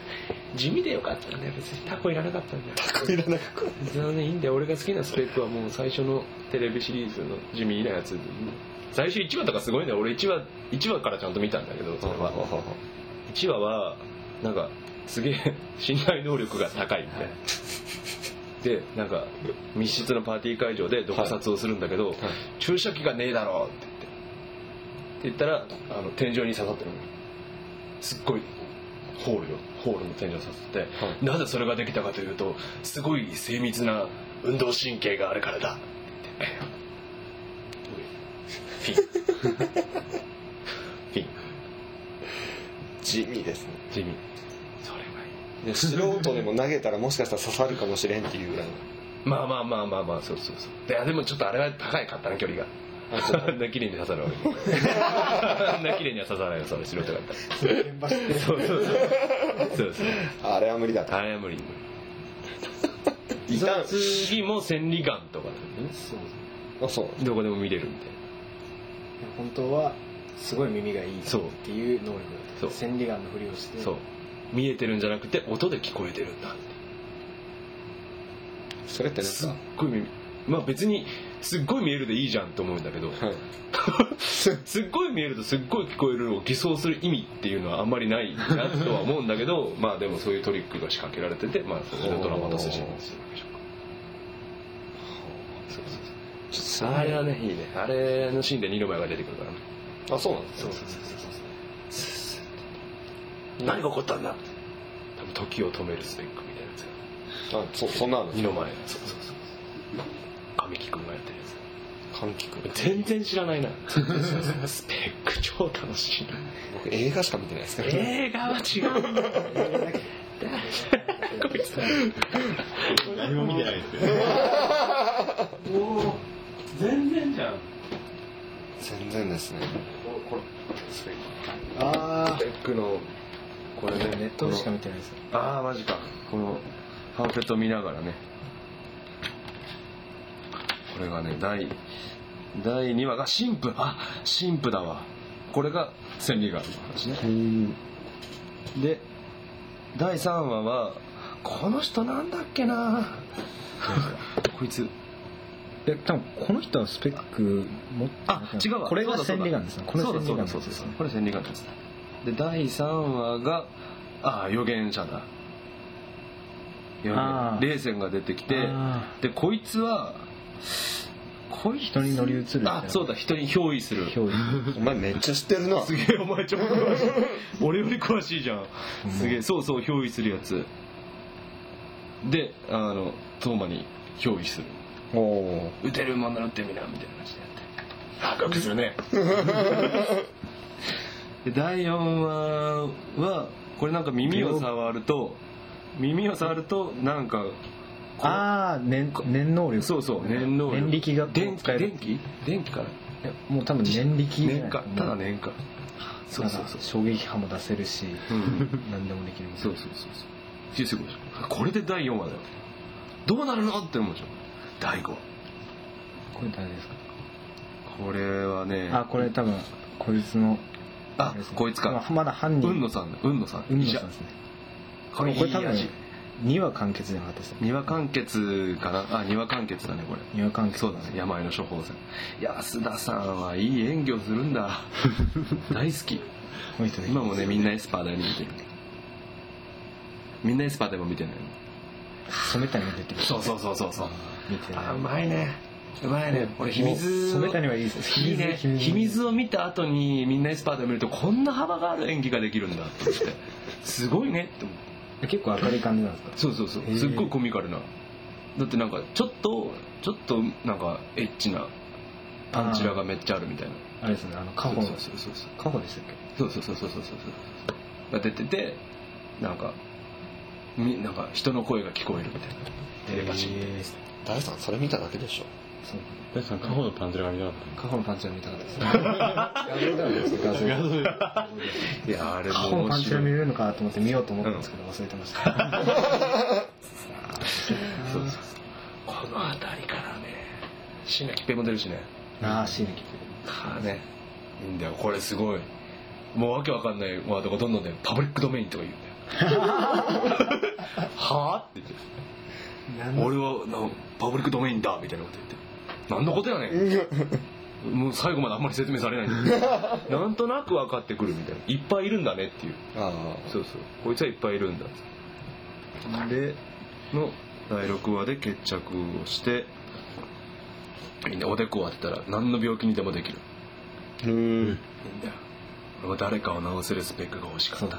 S1: 地味でよかったね別にタコいらなかったんだよ
S2: いらなく
S1: 全然いいんだよ俺が好きなスペックはもう最初のテレビシリーズの地味なやつでいいの最初1話とかすごいんだよ俺1話1話からちゃんと見たんだけどそれは1話はなんかすげえ *laughs* 信頼能力が高いみたいなでなんか密室のパーティー会場で毒殺をするんだけど、注射器がねえだろって言ってって言ったらあの天井に刺さってるのすっごいホールよホールの天井に刺さって、
S2: はい
S1: なぜそれができたかというとすごい精密な運動神経があるからだって言ってフィンフィン
S2: 地味ですね
S1: 地味それがいい
S2: で素人でも投げたらもしかしたら刺さるかもしれんっていうぐらいの
S1: まあまあまあまあまあそうそうそういやでもちょっとあれは高いかったな距離があ *laughs* んな綺麗に刺さるわけあんな綺麗には刺さないよそれ素人がったら
S3: 現場して
S1: そうそうそうそうそう
S2: あれは無理だった
S1: あれは無理
S2: いたん
S1: 次も千里眼とかだよね
S3: そうですね
S2: あそう
S1: どこでも見れるみたいな
S3: 本当はすごい耳がいいっ
S1: そう
S3: ていう能力
S1: そう
S3: だった千里眼のふりをして
S1: そう見えてるんじゃなくて音で聞こえてるんだっ
S2: それっててなん
S1: すっ
S2: か
S1: ごい耳まあ別にすっごい見えるでいいじゃんと思うんだけど
S2: はい
S1: *laughs* すっごい見えるとすっごい聞こえるを偽装する意味っていうのはあんまりないなとは思うんだけ *laughs* どまあでもそういうトリックが仕掛けられてて、まあ、それをドラマとして進行してるわけでしょうかそうそう
S2: ちょっとす
S1: そうあれはねいいねあれのシーンで二の前が出てくるからね
S2: あそうなんです
S1: そうそうそうそう何が起こったんだ多分の時を止めるスペックみたいなやつが
S2: あそそんなの
S1: 二の前そうそうそう神木君がやってるや
S2: 神木君
S1: つ *laughs* 全然知らないなスペック超楽しい
S2: 僕映画しか見てないですから、
S1: 映画は違うんだこいつ
S4: 何も見てないですけど
S1: もう全然じゃん
S2: 全然ですね
S1: これスペック
S3: あ
S1: スペックのこれ
S3: あ、
S1: ね
S3: ネットでしか見てないです。
S1: ああマジかこのパンフレット見ながらねこれがね第第2話が神父あ神父だわこれが千里眼の話ね
S3: うん。
S1: で第3話はこの人なんだっけなこいつ
S3: え、多分この人はスペック持ってなか
S1: あ
S3: った
S1: 違うわ
S3: これ
S1: そう
S3: が
S1: だそう
S3: 千
S1: だ
S3: 里眼ですね。これ
S1: そうだ
S3: 千
S1: そうだ
S3: 里眼です
S1: そうだそ
S3: ね
S1: うだこれ千里眼ですねで第3話がああ預言者だ預
S3: あ
S1: 言
S3: ー
S1: 霊線が出てきて
S3: あ
S1: でこいつはこいつ
S3: 人に乗り移るみたいな
S1: あそうだ人に憑依する
S3: ー憑
S2: お
S3: 依
S2: 前めっちゃ知ってるな
S1: すげえお前超詳しい俺より詳しいじゃん
S3: うん
S1: すげえそうそう憑依するやつであのトーマに憑依する
S2: おお
S1: 打てるもんなら打ってみなみたいな話でやってあガクするね *laughs* で第4話はこれなんか耳を触ると耳を触るとなんか
S3: ああ、念念能力。
S1: そうそう念能力
S3: 念力が
S1: 電気
S3: 使える
S1: 電気電気かな
S3: もう多分念力じゃない
S1: 年間ただ。年間そ
S3: そうう
S1: そ
S3: そうう
S1: そう
S3: 衝撃波も出せるし、
S1: うん
S3: 何でもできるみたい
S1: そうそうそうそうすごいでしょこれで第4話だよどうなるのって思うでしょ第5
S3: これ誰ですか
S1: これはね
S3: あ、これ多分、こいつの。
S1: あこいつか
S3: まあまだ犯人。
S1: 海野さんだ海野さん
S3: 海野さんですね。
S1: これい
S3: これ多
S1: い
S3: 分
S1: 味、
S3: 2話完結じゃなかったですね。
S1: 庭完結かなあ庭完結だねこれ
S3: 2話完結。
S1: そうだね病の処方箋安田さんはいい演技をするん *laughs* だ大好き
S3: この人で
S1: 今もねみんなエスパーだに見てるみんなエスパーでも見てない
S3: 染谷も出てる。
S1: そうそうそうそうそう
S3: 見てない。
S1: あうまいねうまいね俺秘密
S3: 染谷はいいです。
S1: いいね秘密を見た後にみんなエスパーで見るとこんな幅がある演技ができるんだって *laughs* 思ってすごいねって思って
S3: 結構明るい感じなんですか
S1: そうそうそう
S3: へー
S1: すっごいコミカルなだってなんかちょっとちょっとなんかエッチなパンチラがめっちゃあるみたいな
S3: あれですね、あの、カホ
S1: そ
S3: の
S1: う、そうそうそう
S3: カホでしたっけ
S1: そうそうそうそうそうそうが出ててなんかみなんか人の声が聞こえるみたいなテレパシーみたいな
S3: えー
S2: 大さんそれ見ただけでしょ
S3: そう
S4: 大地さん過去のパンチラが見なかっ
S3: カホのパンチラ見たかったですね。画像なんですよ画
S4: た
S3: 像
S4: んで
S1: *laughs* いやあれ
S3: カ
S1: も
S3: ホの
S1: 面
S3: パンチラ
S1: 白
S3: 見
S1: い
S3: れるのかと思って見ようと思ったんですけど、忘れてました。
S1: そうそうそうこの辺りからね椎名桔平も出るしね
S3: なあ、シーネキ
S1: かねいいんだよこれすごいもうわけわかんないワードがどんどんねパブリックドメインとか言うんだよはあって言って俺はなパブリックドメインだみたいなこと言って何のことやねんもう最後まであんまり説明されないんだけどなんとなく分かってくるみたいないっぱいいるんだねっていう
S2: あ
S1: そうそうこいつはいっぱいいるんだでの第6話で決着をしてみんなおでこを当てたら何の病気にでもできる
S2: あうん
S1: いいんだよ俺は誰かを治せるスペックが欲しかったって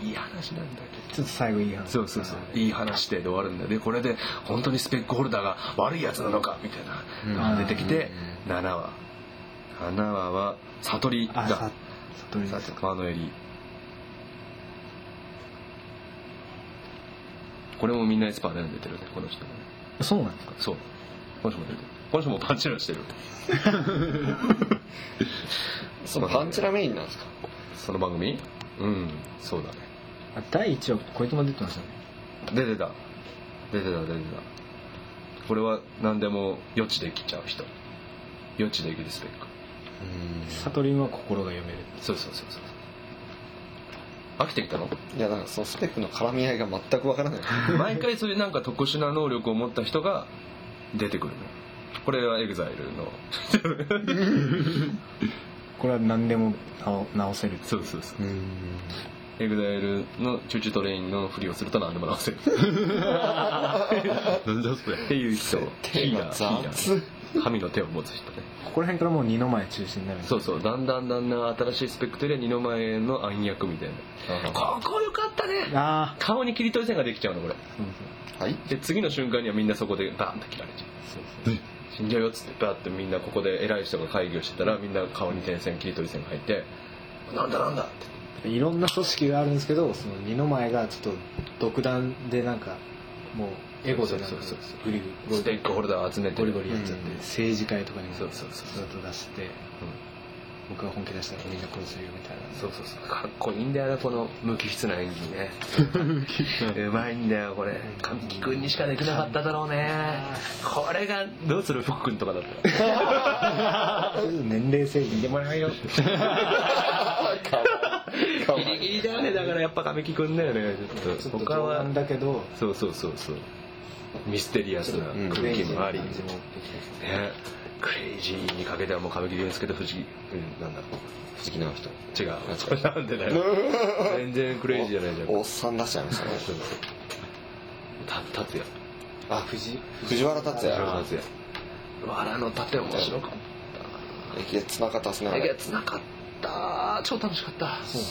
S1: 言っていい話なんだけど
S3: ちょっと最後いい話。
S1: そうそうそういい話でで終わるんだよでこれで本当にスペックホルダーが悪いやつなのかみたいなのが出てきて7話7話は悟り
S3: あ、
S1: だ
S3: さ、悟りです
S1: マノエリこれもみんなエスパーで出てるねこの人
S3: そうなんですか
S1: そうこの人も出てるこの人もパンチラしてる
S2: そのパンチラメインなんですか
S1: その番組うんそうだね
S3: あ第1話、こいつも出てましたね。
S1: 出てた出てた出てたこれは何でも予知できちゃう人予知できるスペック
S3: 悟りは心が読める。
S1: そうそうそうそう飽きてき
S2: *laughs*
S1: たの
S2: いやなんかそのスペックの絡み合いが全くわからない
S1: 毎回そういうなんか特殊な能力を持った人が出てくるのこれはエグザイルの
S3: これは何でも直直せるって。
S1: そうそうそう
S2: うん
S1: エグザイルのチューチュートレインのふりをすると何でも直せ
S2: *laughs*
S1: る
S4: なんだそれ
S1: っていう人ヒ
S2: 手
S1: ー
S2: が
S1: ラーヒーラー
S2: 雑
S1: 神の手を持つ人ね
S3: ここら辺からもう二の前中心になるんで
S1: そうそうだんだんだんだん新しいスペクトリア二の前の暗躍みたいなここよかったね
S3: ああ
S1: 顔に切り取り線ができちゃうのこれ
S3: そう
S2: はい
S1: で次の瞬間にはみんなそこでバーンと切られちゃ
S3: そうそう
S1: う死んじゃうよっつってバーってみんなここで偉い人が会議をしてたらみんな顔に点線切り取り線が入ってなんだなんだって
S3: そういろんな組織があるんですけどその二の前がちょっと独断でなんかもうエゴでなんか
S1: そうそうそう
S3: グリグリ
S1: ステークホルダー集めて
S3: ゴリゴリやっちゃって、
S1: うん
S3: 政治界とかにも
S1: そうそうそう
S3: ずっと出して、僕が本気出したらみんな殺せるよみたいな
S1: そうそうそうかっこいいんだよなこの無機質な演技 *laughs* ねうまいんだよこれ神木君にしかできなかっただろうねこれがどうする福君とかだったら
S3: とりあえず年齢制限でもらうよ
S2: かわ
S1: ギ
S2: い
S1: リ
S2: い
S1: ギリだよねだからやっぱ神木君だよねちょっ
S3: *laughs* ち
S1: と
S3: ょっと
S1: 他は
S3: なんだけど
S1: そうそうそうそうミステリアスな
S2: うん
S1: 空気もあり、
S3: クレイジーな感じも
S1: ねクレイジーにかけてはもう神木隆之介と藤木、うん、なんだ
S2: 好きな人
S1: 違うなんでだ *laughs* よ全然クレイジーじゃないじゃん
S2: おっさん出しちゃいましたね
S1: た達也
S2: あ藤藤原達
S1: 藤原
S2: 也
S1: 達也わらの盾面白かっ
S2: えげつなかったですね
S1: た
S2: あ
S1: えげ
S2: れ
S1: つなかった超楽しかったそう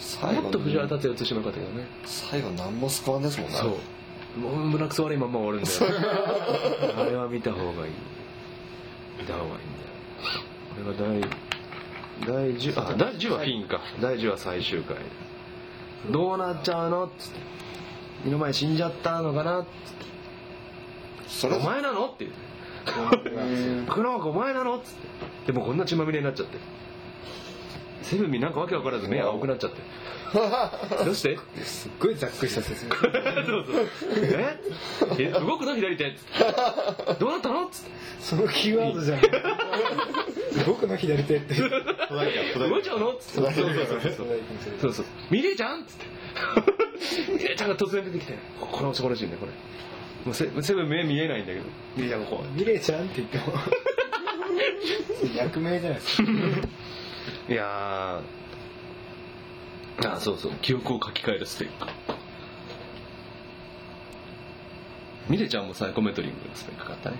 S2: 最後に
S1: もっと藤原達也映してもよかったけどね
S2: 最後何も救わんですもんね
S1: そうもう胸くそ悪いまんま終わるん *laughs* だよあれは見た方がいい見た方がいいんだよこれが第第10あ第10はフィンか第10は最終回どうなっちゃうのっつって目の前死んじゃったのかなっつって
S2: それ
S1: お前なのって言って
S2: *laughs* うん
S1: 黒幕お前なのっつってでもこんな血まみれになっちゃってセブンになんかわけわからず目青くなっちゃってどう *laughs* して
S3: すっごいざっくりした説明
S1: そうそうええ動くの左 *laughs* 手っつってどうなったのっつって
S3: そのキーワード *laughs* じゃん僕の左手って
S1: 動いちゃうのっつってそうそうそうそうそうそうミレイちゃんっつってミレイちゃんが突然出てきてここれも素晴らしいねこれもうセセブン目見えないんだけどミレイちゃんがこう
S3: ミレイちゃんって言っても役名じゃないですか
S1: いやーあーそうそう記憶を書き換えるスペックミレちゃんもサイコメトリングのスペック買ったね、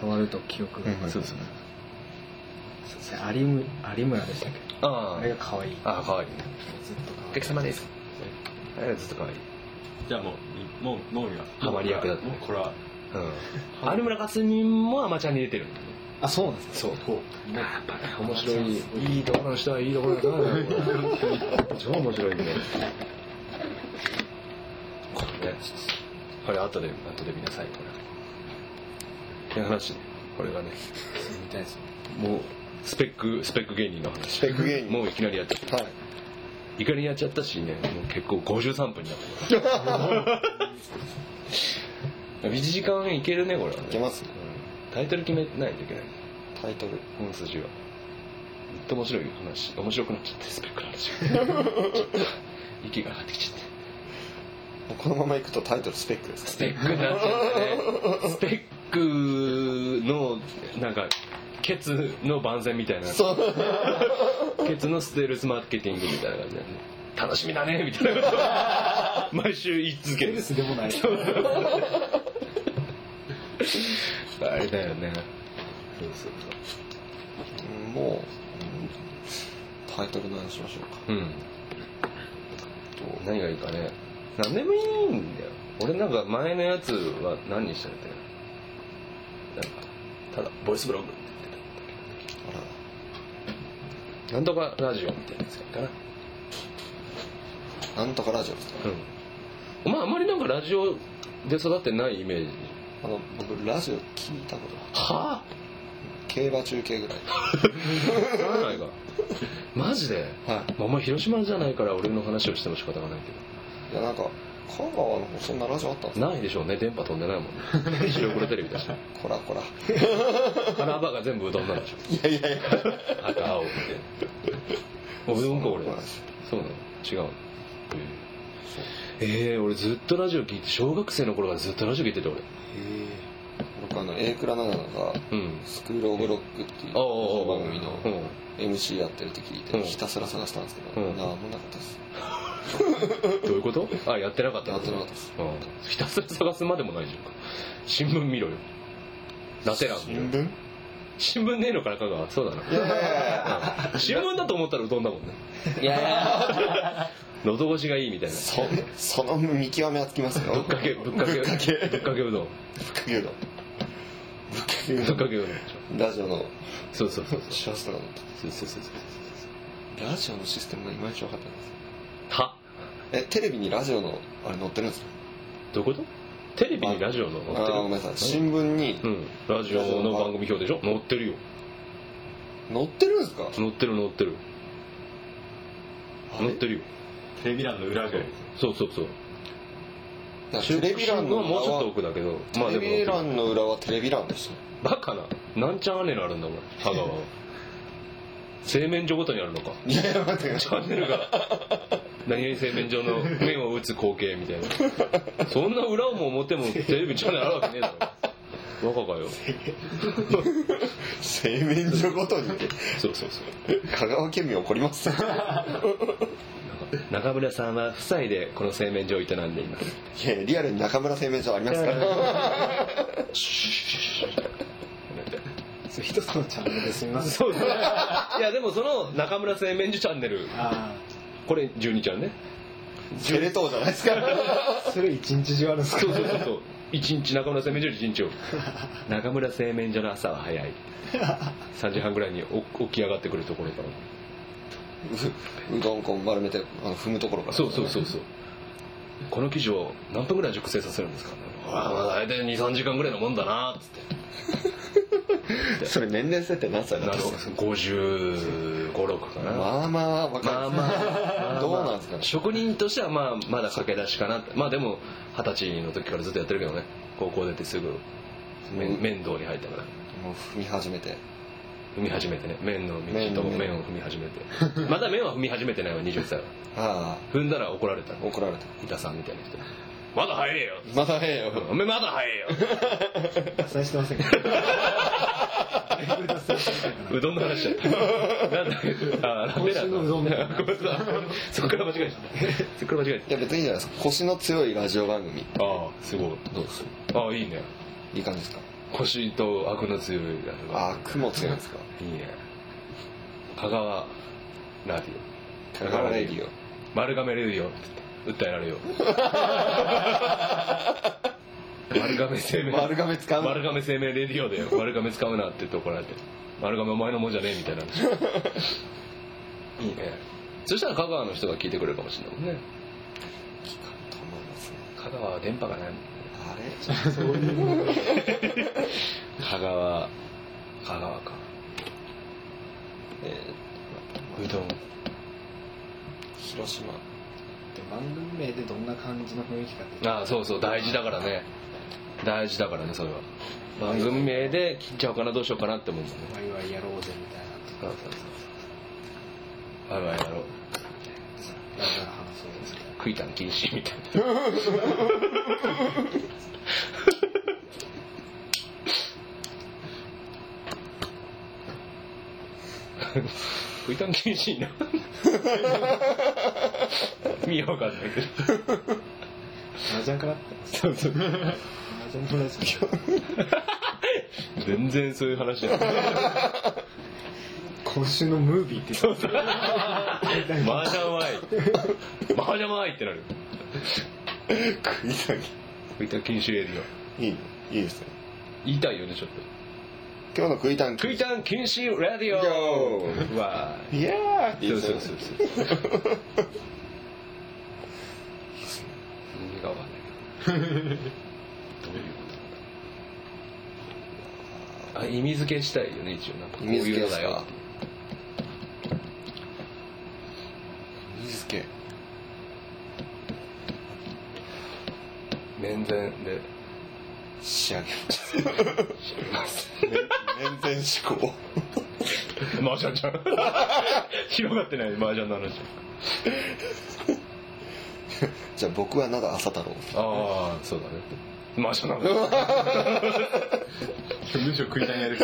S3: 触ると記憶が、
S1: そうそう
S3: それ有村有村でしたっけ
S1: あ
S3: あれ
S1: ー
S3: が可愛い
S1: あーかわいい
S3: ずっと可愛い
S1: お客様ですあれはずっとかわいい
S4: じゃあもうもう脳みが
S1: ハマり役だった
S4: もうこれは
S1: うん有村架純もアマちゃんに出てる
S3: あそうなんですか
S1: そうやっぱね面白いいいところの人はいいところだな本当に超面白いねこれねこれ後で後で見なさいこれって話ねこれがね
S3: みたいです
S1: もうスペックスペック芸人の話
S2: スペック芸人
S1: もういきなりやっちゃっ
S2: はい
S1: たいきなりやっちゃったしねもう結構53分にな
S2: *laughs*
S1: った1時間いけるねこれはね
S2: いけますね
S1: うんタイトル決めないといけない
S2: タイトル
S1: 本筋はずっと面白い話面白くなっちゃってスペックの話
S2: *laughs*
S1: が息が上がってきちゃって
S2: このままいくとタイトルスペックです
S1: スペックになっちゃってねスペックのなんかケツの番宣みたいな
S2: そう
S1: ケツのステルスマーケティングみたいな感じだね楽しみだねみたいなことを毎週言い続ける
S3: スでもない
S1: そうそうそうあれだよねそうそう
S2: もううんタイトル何しましょうか
S1: そううん何がいいかね何でもいいんだよ俺なんか前のやつは何にしたんだよなんかただボイスブログって言って
S2: あら
S1: たなんとかラジオみたいなやつがいいかな
S2: なんとかラジオですね
S1: うんまああまりなんかラジオで育ってないイメージ
S2: あの僕ラジオ聞いたことない
S1: はあ
S2: 競馬中継ぐらい
S1: 知らないかマジで、
S2: は
S1: まあ、お前広島じゃないから俺の話をしても仕方がないけ
S2: いいやなんか香川の方そんなラジオあったんです
S1: どないでしょうね電波飛んでないもんね白黒テレビだし
S2: こらこら
S1: 花幅が全部うどんなんでしょ
S2: いやいやいや
S1: 赤青っておうどんか俺
S2: そう
S1: そうなの違うのええ俺ずっとラジオ聞いて小学生の頃からずっとラジオ聞いてて俺
S2: 僕あの A 倉奈々が
S1: うん
S2: スクールオブロックっていう
S1: ああ
S2: 番組の
S1: うん
S2: MC やってる時聞い
S1: うん
S2: てひたすら探したんですけど
S1: うん
S2: 何もなかったです
S1: どういうことあやってなかった
S2: やってなかったです
S1: うんひたすら探すまでもないじゃんか新聞見ろよラテ欄
S2: 新聞
S1: 新聞ねえのかな香川そうだない
S2: やいや
S1: 新聞だと思ったらうどんだもんね
S2: いやいやいや
S1: 喉越しがいいみたいな
S2: そその見極めはつきますよ
S1: ぶっかけぶっかけ
S2: ぶっかけ
S1: ぶっかけうどん
S2: ぶっかけうどんぶっ
S1: ぶ
S2: か
S1: っ
S2: け
S1: か
S2: う
S1: けうどんでし
S2: どんラジオの
S1: ょそうそうそう
S2: 幸せなのと
S1: そうそうそうそう
S2: ラジオのシステムがいまいち分かってないです
S1: は
S2: えテレビにラジオのあれ載ってるんですか
S1: どういうことテレビにラジオの
S2: あ
S1: 載って
S2: ー
S1: る
S2: ごめんなさい新聞に
S1: うんラジオの番組表でしょ載ってるよ
S2: 載ってるんですか
S1: 載ってる載ってる
S2: あれ
S1: 載ってるよ
S4: テレビ欄の裏ぐらい
S1: そうそうそう
S2: なんかテレビ欄の
S1: は
S2: 裏
S1: もうちょっと
S2: は
S1: 奥だけどまあ
S2: テ
S1: で
S2: レ
S1: も
S2: ビ欄の裏はテレビ欄でした
S1: バカななんちゃんアネルあるんだもん香
S2: *laughs*
S1: 川は製麺所ごとにあるのか
S2: いやいや待ってくだ
S1: チ
S2: さ
S1: ャンネルが何々製麺所の麺を打つ光景みたいなそんな裏も表もテレビチャンネルあるわけねえだろバカかよ
S2: い製麺所ごとに
S1: そうそうそう
S2: 香川県民怒り
S1: *laughs*
S2: ます
S1: 中村さんは夫妻でこの製麺所を営んでいます
S2: いやいやリアルに中村製麺所ありますから
S3: そう一つのチャンネルですみません
S1: そうそういやでもその中村製麺所チャンネル
S3: あ
S1: これ12ちゃんね
S2: テレ東じゃないですか
S1: *laughs*
S3: あそれ一日中あるんですか
S1: そうそうそうそう一日中村製麺所一日を中村製麺所の朝は早い3時半ぐらいに起き上がってくるところから
S2: ううどんこう丸めてあの踏むところから
S1: そうそうそうそうこの生地を何分ぐらい熟成させるんですかああ大体23時間ぐらいのもんだなっつって
S2: それ年齢設定何歳だ
S1: な
S2: っ
S1: る
S2: た
S1: ほ
S2: ん
S1: ど
S2: です
S1: 556か
S2: か
S1: なま
S2: まあまあ若い
S1: あまあ
S2: どうなんですかね
S1: 職人としてはまあまだ駆け出しかなってまあでも二十歳の時からずっとやってるけどね高校出てすぐ面
S2: うん
S1: 面倒に入ったから
S2: もう踏み始めて
S1: 踏み始めてね麺の
S2: 麺
S1: 道と麺を踏み始めてまだ麺は踏み始めてないわ20歳は
S2: あ
S1: 踏んだら怒られた
S2: あ怒られた
S1: 板さんみたいな人にまだ入れよ
S2: まだええよ
S1: おめえまだ入 *laughs* れよ
S3: 発散してませんかだいぶ脱線してたから
S1: うどんの話だった。なんだっけあ、ラテランの
S3: 今週のうどんね
S1: ごめんなさいそこから間違えた。そこから間違え
S2: いや別にいいんじゃないですか腰の強いラジオ番組
S1: た。ああ、すごい。
S2: どうです
S1: ああ、いいね。
S2: いい感じですか
S1: 腰と悪の強いやつが。
S2: ああ雲強いんですか
S1: いいね。香川ラディ
S2: 香川レディオ
S1: オ。丸亀レディオって言って訴えら *laughs* れよう。丸亀生命。
S2: 丸亀使う
S1: 丸亀生命レディオで丸亀使うなって言って怒られて丸亀お前のもんじゃねえみたいないいねそしたら香川の人が聞いてくれるかもしれないもんね
S2: 聞かんと思いますね
S1: 香川は電波がないもん
S2: あれ
S1: 香川香川か
S2: え
S1: うどん
S2: ー広島
S3: 番組名でどんな感じの雰囲気かって
S1: ああそうそう大事だからね大事だからねそれは番組名で切っちゃおうかなどうしようかなって思うもんね
S3: ワイワイやろうぜみた
S1: そ
S3: いな
S1: うそうそうはいはいやろう
S3: だから話そうですけど
S1: 食いたの禁止みたいな。食いたの禁止にな。意味わかんないけど。
S3: 麻雀からって
S1: そうそう
S3: 麻雀のラジ
S1: 全然そういう話じゃない。
S3: オ今週のムービーって言ってた
S1: マージャンワイ。マージャンワイってなる。
S2: 食い下
S1: 食いたの禁止エリ
S2: げいいねいいですね
S1: ア。言いたいよね、ちょっと。
S2: 今日の食いたん
S1: 食いたん禁止ラディ
S2: よ
S1: オわーい。
S2: いやーいい
S1: そ
S2: で
S1: う
S2: す
S1: そ
S2: ね
S1: うそうそう。意味がわかんないけど。どういうことなんだ。あ、意味付けしたいよね、一応なんか。こう
S2: 意味付
S1: いう
S2: けで
S1: の
S2: す
S1: だよ
S2: か。水け
S1: 面前で。
S2: 仕上げ *laughs* 面前志向
S1: 麻雀じゃん。広がってない、麻雀の話。
S2: じゃあ僕はなだ朝太郎
S1: ああ、そうだね。麻雀なの。
S4: むしろ食いたんやる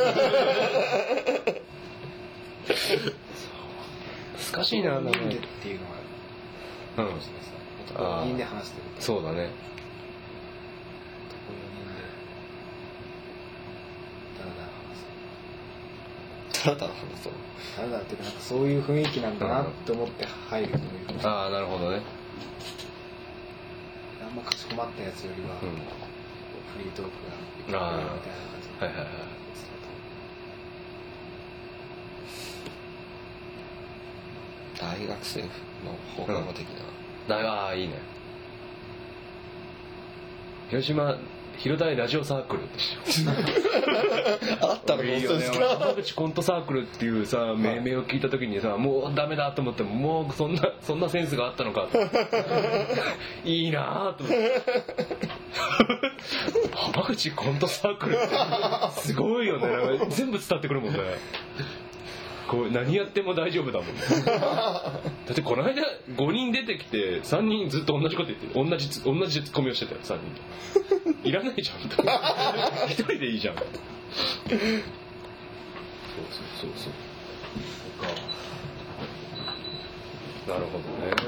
S1: 難しいな、名
S3: 人で
S1: 前
S3: っ。ていうのが
S1: うん。
S3: そうですね
S1: あー
S3: 4人で話してると
S1: そうだね。
S3: こう4人で
S2: たらたら話そう
S3: ただっていうかなんかそういう雰囲気なんだなって思って入るというか
S1: ああなるほどね
S3: あんまかしこまったやつよりは
S1: うん
S3: フリートークが
S1: あー
S3: みたいな感
S1: はい
S3: じ
S1: はいはい
S2: 大学生の放課後的な、
S1: だああいいね広島広大ラジオサークルって知ってる
S2: あったの
S1: いいよね俺浜口コントサークルっていうさ命名を聞いた時にさもうダメだと思ってもうそんなそんなセンスがあったのかといいなあと思って浜口コントサークルってすごいよねなんか全部伝わってくるもんねこう何やっても大丈夫だもんねだってこの間5人出てきて3人ずっと同じこと言ってる同じつ同じツッコミをしてたよ3人いらないじゃんみたいな一人でいいじゃんそうそうそうそうそっかなるほど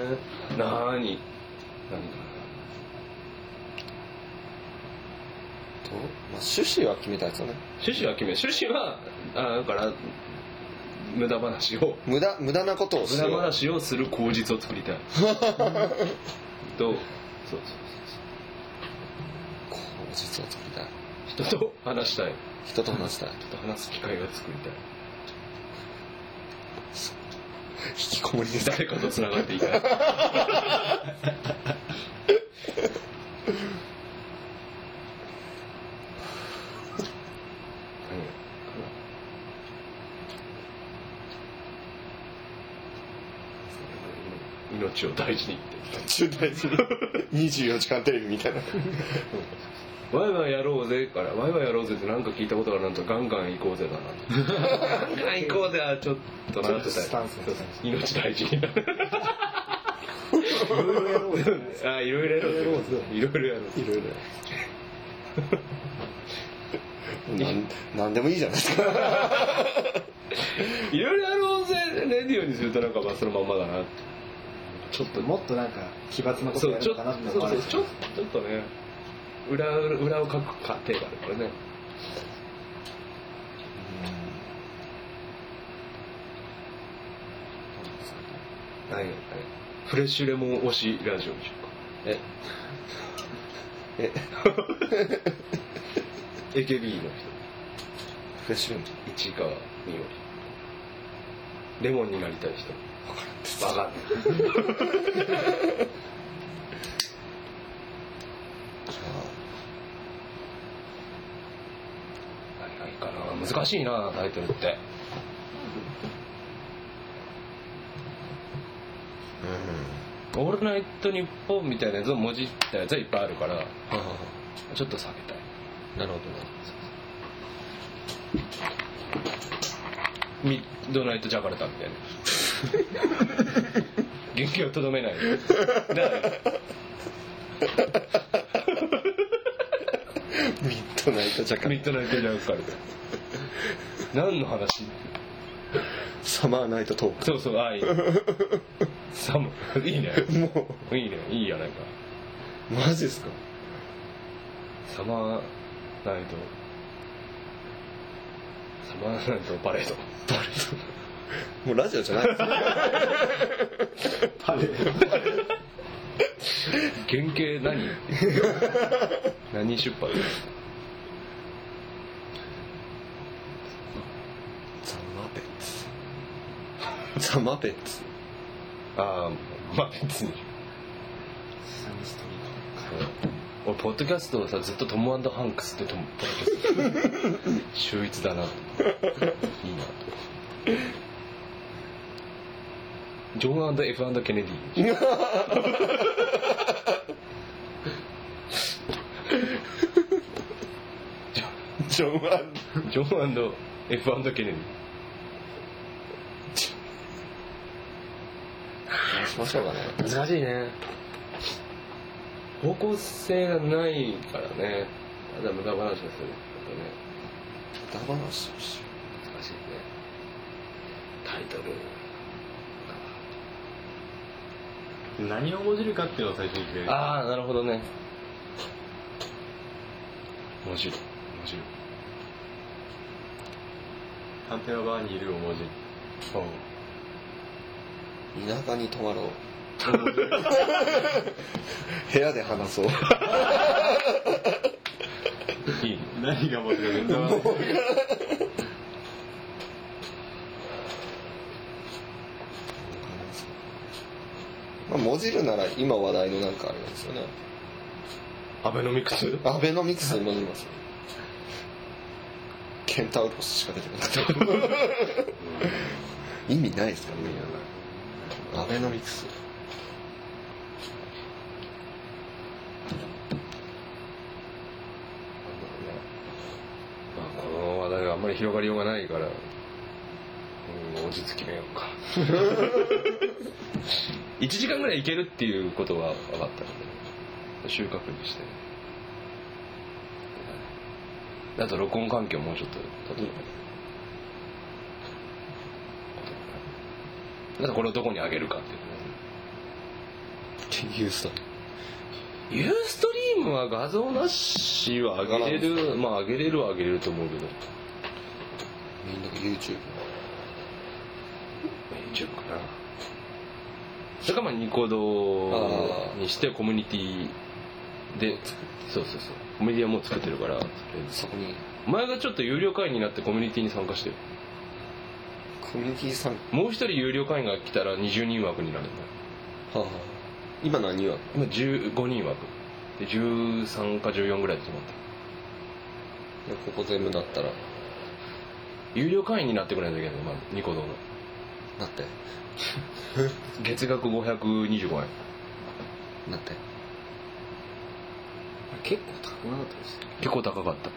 S1: ねなーに何か
S2: と、まあ、趣旨は決めたやつよね
S1: 趣旨は決め趣旨はあだから無駄話を
S2: 無駄無駄なことを
S1: 無
S2: し
S1: 駄
S2: よう
S1: 話をする口実を作 *laughs* りたいとそうそう
S2: こう実は作りたい
S1: そう人と話したい
S2: 人と話したい
S1: 人と話す機会を作りたい
S2: 引きこもりです
S1: 誰かとつながっていたい命を大事にって
S2: 中大事に24時間テレビみたいな
S1: ワイワイやろうぜからワイワイやろうぜってなんか聞いたことがあるなんとガンガン行こうぜだな *laughs* ガンガン行こうぜはちょっと
S3: ちょ
S1: な
S3: っ
S1: っ
S3: と
S1: てた
S3: スタンスが違
S1: 命大事になる
S3: ういろいろやろうじゃないですか
S1: あいろいろやろうぜいろいろやろうぜ
S2: いろいろなんなんでもいいじゃないですか
S1: いろいろやろうぜレディオにするとなんかまあそのまんまだなちょっと
S3: もっとなんか奇抜なこと
S1: そう
S3: や
S1: ちょ
S3: るのかなって
S1: そ
S3: 思
S1: う
S3: わ
S1: そ
S3: れ
S1: う
S3: て
S1: ちょちょっとね裏裏を書く過程があるからねはいはいフレッシュレモン推しラジオでしょ *laughs*
S2: え
S1: うか AKB の
S2: フレッシュルーム
S1: 人市川美織レモンになりたい人分かんない何がいいかな難しいなタイトルって「オールナイトニッポン」みたいなやつを文字ったやつはいっぱいあるからちょっと避けたい
S2: なるほ
S1: ミッドナイトジャカルタみたいな元気をとどめないだから
S2: どミッドナイトジャカル
S1: ミッドナイトジャカルタ何の話
S2: サマーナイトトー
S1: そうそうああいいねサムいいね
S2: クも
S1: いいねいいやないか
S2: うマジですか
S1: サマーナイトサマーナイトパレード
S2: もうラジオじゃないですね
S3: パレード
S1: 原型何
S2: *laughs*
S1: 何出版
S2: ザ・マペッツザ・マペッツ
S1: ああまあ別に
S3: サムストリート
S1: 俺ポッドキャストをさずっとト *laughs* ムハンクスってトムポッドキャスト秀逸だなといいなとジョン &F& ケネディ
S2: ジョン・ワン
S1: ジョン &F& ケネディ
S2: しましょうかね
S1: 難しいね方向性がないからねただ無駄話がすることね
S2: ダバナシをしよ
S1: 難しいねタイトル
S4: 何をもじるかっていうのを最初に決める
S1: ああなるほどね面白い面白い
S4: 探偵の側にいるお文字。
S2: 田舎に泊まろう部屋で話そう
S1: いいね
S4: *laughs* 何が文字か全
S1: *laughs*
S4: 然わかんない
S2: まあ、もじるなら今話題のなんかあれなんですよね
S1: アベノミクス
S2: アベノミクスにもじりますよケンタウロスしか出てこなかった意味ないですからねアベノミクス
S1: まあ、この話題はあんまり広がりようがないから、うん、落ち着きめようか。1時間ぐらいいけるっていうことは分かったので、収穫にして。あと、録音環境もうちょっと整えあと、これをどこにあげるかっていう
S2: っていうさ
S1: ユーストリームは画像なしは上げれる、まあ上げれるは上げれると思うけど、
S2: みんな YouTube
S1: YouTube かな。それかまあニコ動にしてコミュニティで、そうそうそう。コミュニティはもう作ってるから、とりあえず
S2: そこに
S1: 前がちょっと有料会員になってコミュニティに参加してる。
S2: コミュニティ参
S1: もう一人有料会員が来たら20人枠になるんだよ。
S2: 加、今何は
S1: 今15人枠。で、13か14ぐらいで止まった。
S2: ここ全部なったら
S1: 有料会員になってくれないといけない、まあ、ニコ動の。
S2: なって
S1: 月額525円。
S2: なって
S3: 結構高くなかったですね
S1: 結構高かったこ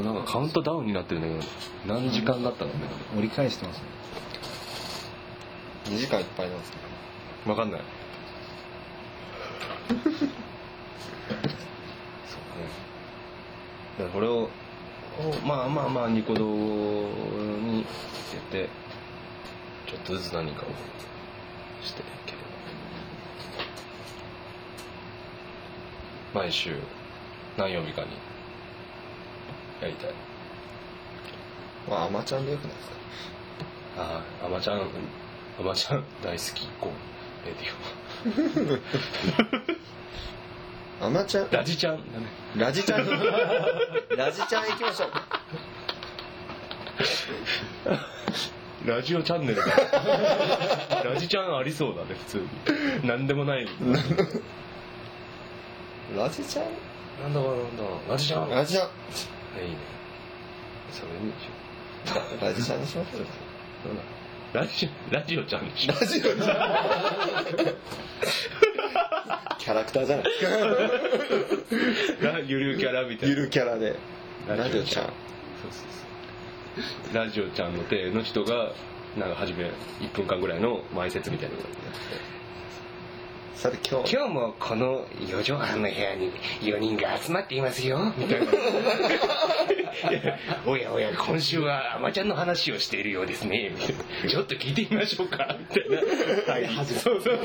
S1: れなんかカウントダウンになってるんだけど何時間だったのね
S3: 折り返してますね
S2: 2時間いっぱいなんですね
S1: 分かん *laughs* ないそうだねだからこれをまあまあまあニコ動にやってちょっとずつ何かをしていければ毎週何曜日かにやりたい
S2: まあアマちゃんでよくないですか
S1: ああ、アマちゃん、アマちゃん大好きっ子、レディ
S2: アマちゃん
S1: オ。ラジちゃんだね。
S2: ラジ
S1: *laughs*
S2: ちゃんラジちゃん行きましょう
S1: ラジオチャン *laughs* ネルだ。ラジちゃんありそうだね、普通に。なんでもない。なんだ
S2: ラジちゃん
S1: かなんだ。ラジちゃん。
S2: ラジちゃん
S1: いいね。それにしよ
S2: ラジちゃんにしましょう
S1: う。どうだラジ、ラジオちゃんにし *laughs* よ
S2: ラジオちゃんキャラクターじゃないです
S1: う。
S2: か
S1: ラゆるキャラみたい
S2: ゆ
S1: な。
S2: るキャラでラ
S1: ラ
S2: ジ
S1: ジ
S2: オ
S1: オ
S2: ち
S1: ち
S2: ゃ
S1: ゃ
S2: ん
S1: んそうそうそう。ラジオちゃんの手の人が、なんか初め1分間ぐらいの前説みたいなことやって
S2: さて今日
S1: 今日もこの4畳半の部屋に4人が集まっていますよみたいなおやおや今週はアマちゃんの話をしているようですねみたいなちょっと聞いてみましょうかみたいなはいそうそう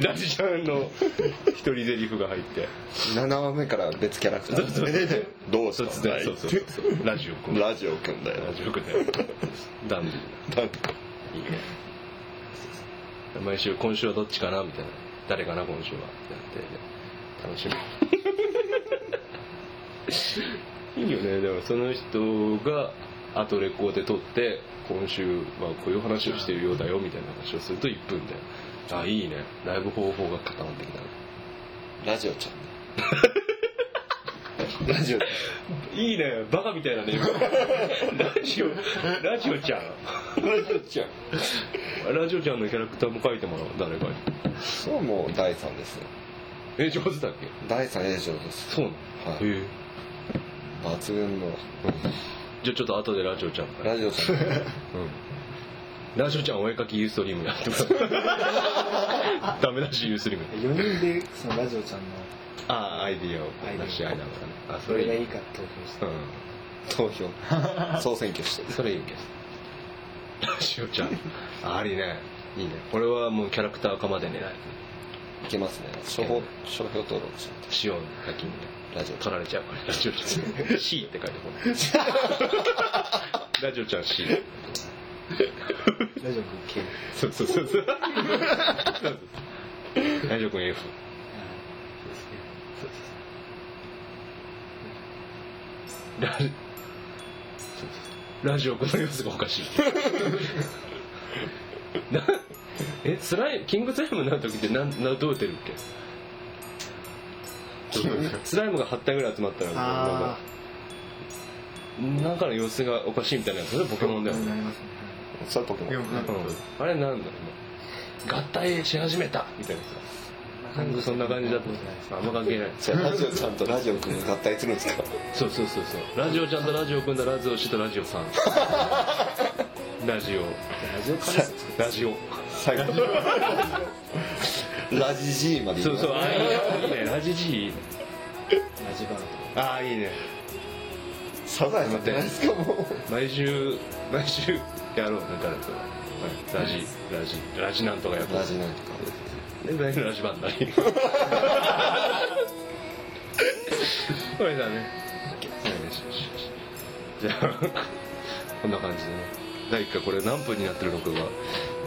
S1: ラジちゃんの一人台詞が入って
S2: 7話目から別キャラクターでどうしたんだい
S1: そうそうそうそうラジオ君
S2: ラジオくんだよ
S1: ラジオ君だよダンディいいね毎週今週はどっちかなみたいな誰かな今週はってやって楽しみ *laughs* いいよねだからその人があとレコーで撮って今週はこういう話をしてるようだよみたいな話をすると1分であいいねライブ方法が固まってきた
S2: ラジオ
S1: *laughs*
S2: ちゃんラジオち
S1: いいねバカみたいなね *laughs* ラジオラジオ *laughs* ちゃん
S2: ゃんラジオちゃん
S1: ラジオちゃんのキャラクターも書いてもらおう誰かに
S2: そうもう第3ですよ
S1: え上手だっけ
S2: 第3映像です
S1: そうなの、
S2: はい
S1: へえ
S2: 抜群の
S1: じゃあちょっと後でラジオちゃんから
S2: ラジオちゃん
S1: うんラジオちゃんお絵かきユーストリームやっても *laughs* らうダメだしユーストリーム
S3: 4人でそのラジオちゃんの
S1: ああアイディアを出し合いながらねあ
S3: どれが
S1: い
S3: い
S1: い
S3: いか投票して
S1: うん
S2: 投票総選挙して
S1: それいいけ *laughs* どラジオちゃんありねいいねこれはもうキャラクター化まで狙える
S2: いけますね商法商標登録しない
S1: シオンだけに
S2: とラジオ
S1: 取られちゃうからラ *laughs* ジオちゃん C って書いてこ *laughs* ないラジオちゃん C
S3: 大丈夫 ?K。
S1: そうそうそうそうラジオくん F そうそうそうラジそうそうラジオくんの様子がおかしいなえスライムキングスライムになる時ってなんなどうやってるっけスライムが8体ぐらい集まったらなんか
S3: あ
S1: なんかの様子がおかしいみたいなやつねポケモン
S3: あ、
S1: だよね
S3: なりますね。
S2: それポケモン
S3: はいでも
S1: あれなんだろうな合体し始めたみたいなさなんかそんな感じだとあんま関係ない
S2: それラジオちゃんとラジオ君が合体するんですか
S1: そうそうそうそうラジオちゃんとラジオ組んだラジオ氏とラジオさん *laughs* ラジオ
S3: ラジオカレス
S1: ラジオ
S2: 最後ラジ G まで
S1: そうそう
S2: う
S1: ああいいねいいねラジ G いいね
S3: ラジバルと
S1: ああいいね
S2: サザエさんじゃないですかもう
S1: 毎週毎週やろうね誰とラジラジラジなんとかやっ
S2: ラジなんとか
S1: ラジラジバンダリこれだねじゃあこんな感じでね第1回これ何分になってるのかが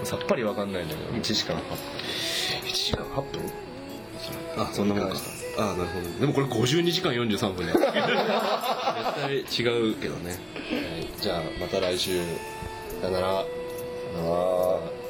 S1: さっぱりわかんないんだけど1時間8分1時間8分あそんなもんかあなるほどでもこれ52時間43分だ絶対違うけどね
S2: はいじゃあまた来週さよならさよなら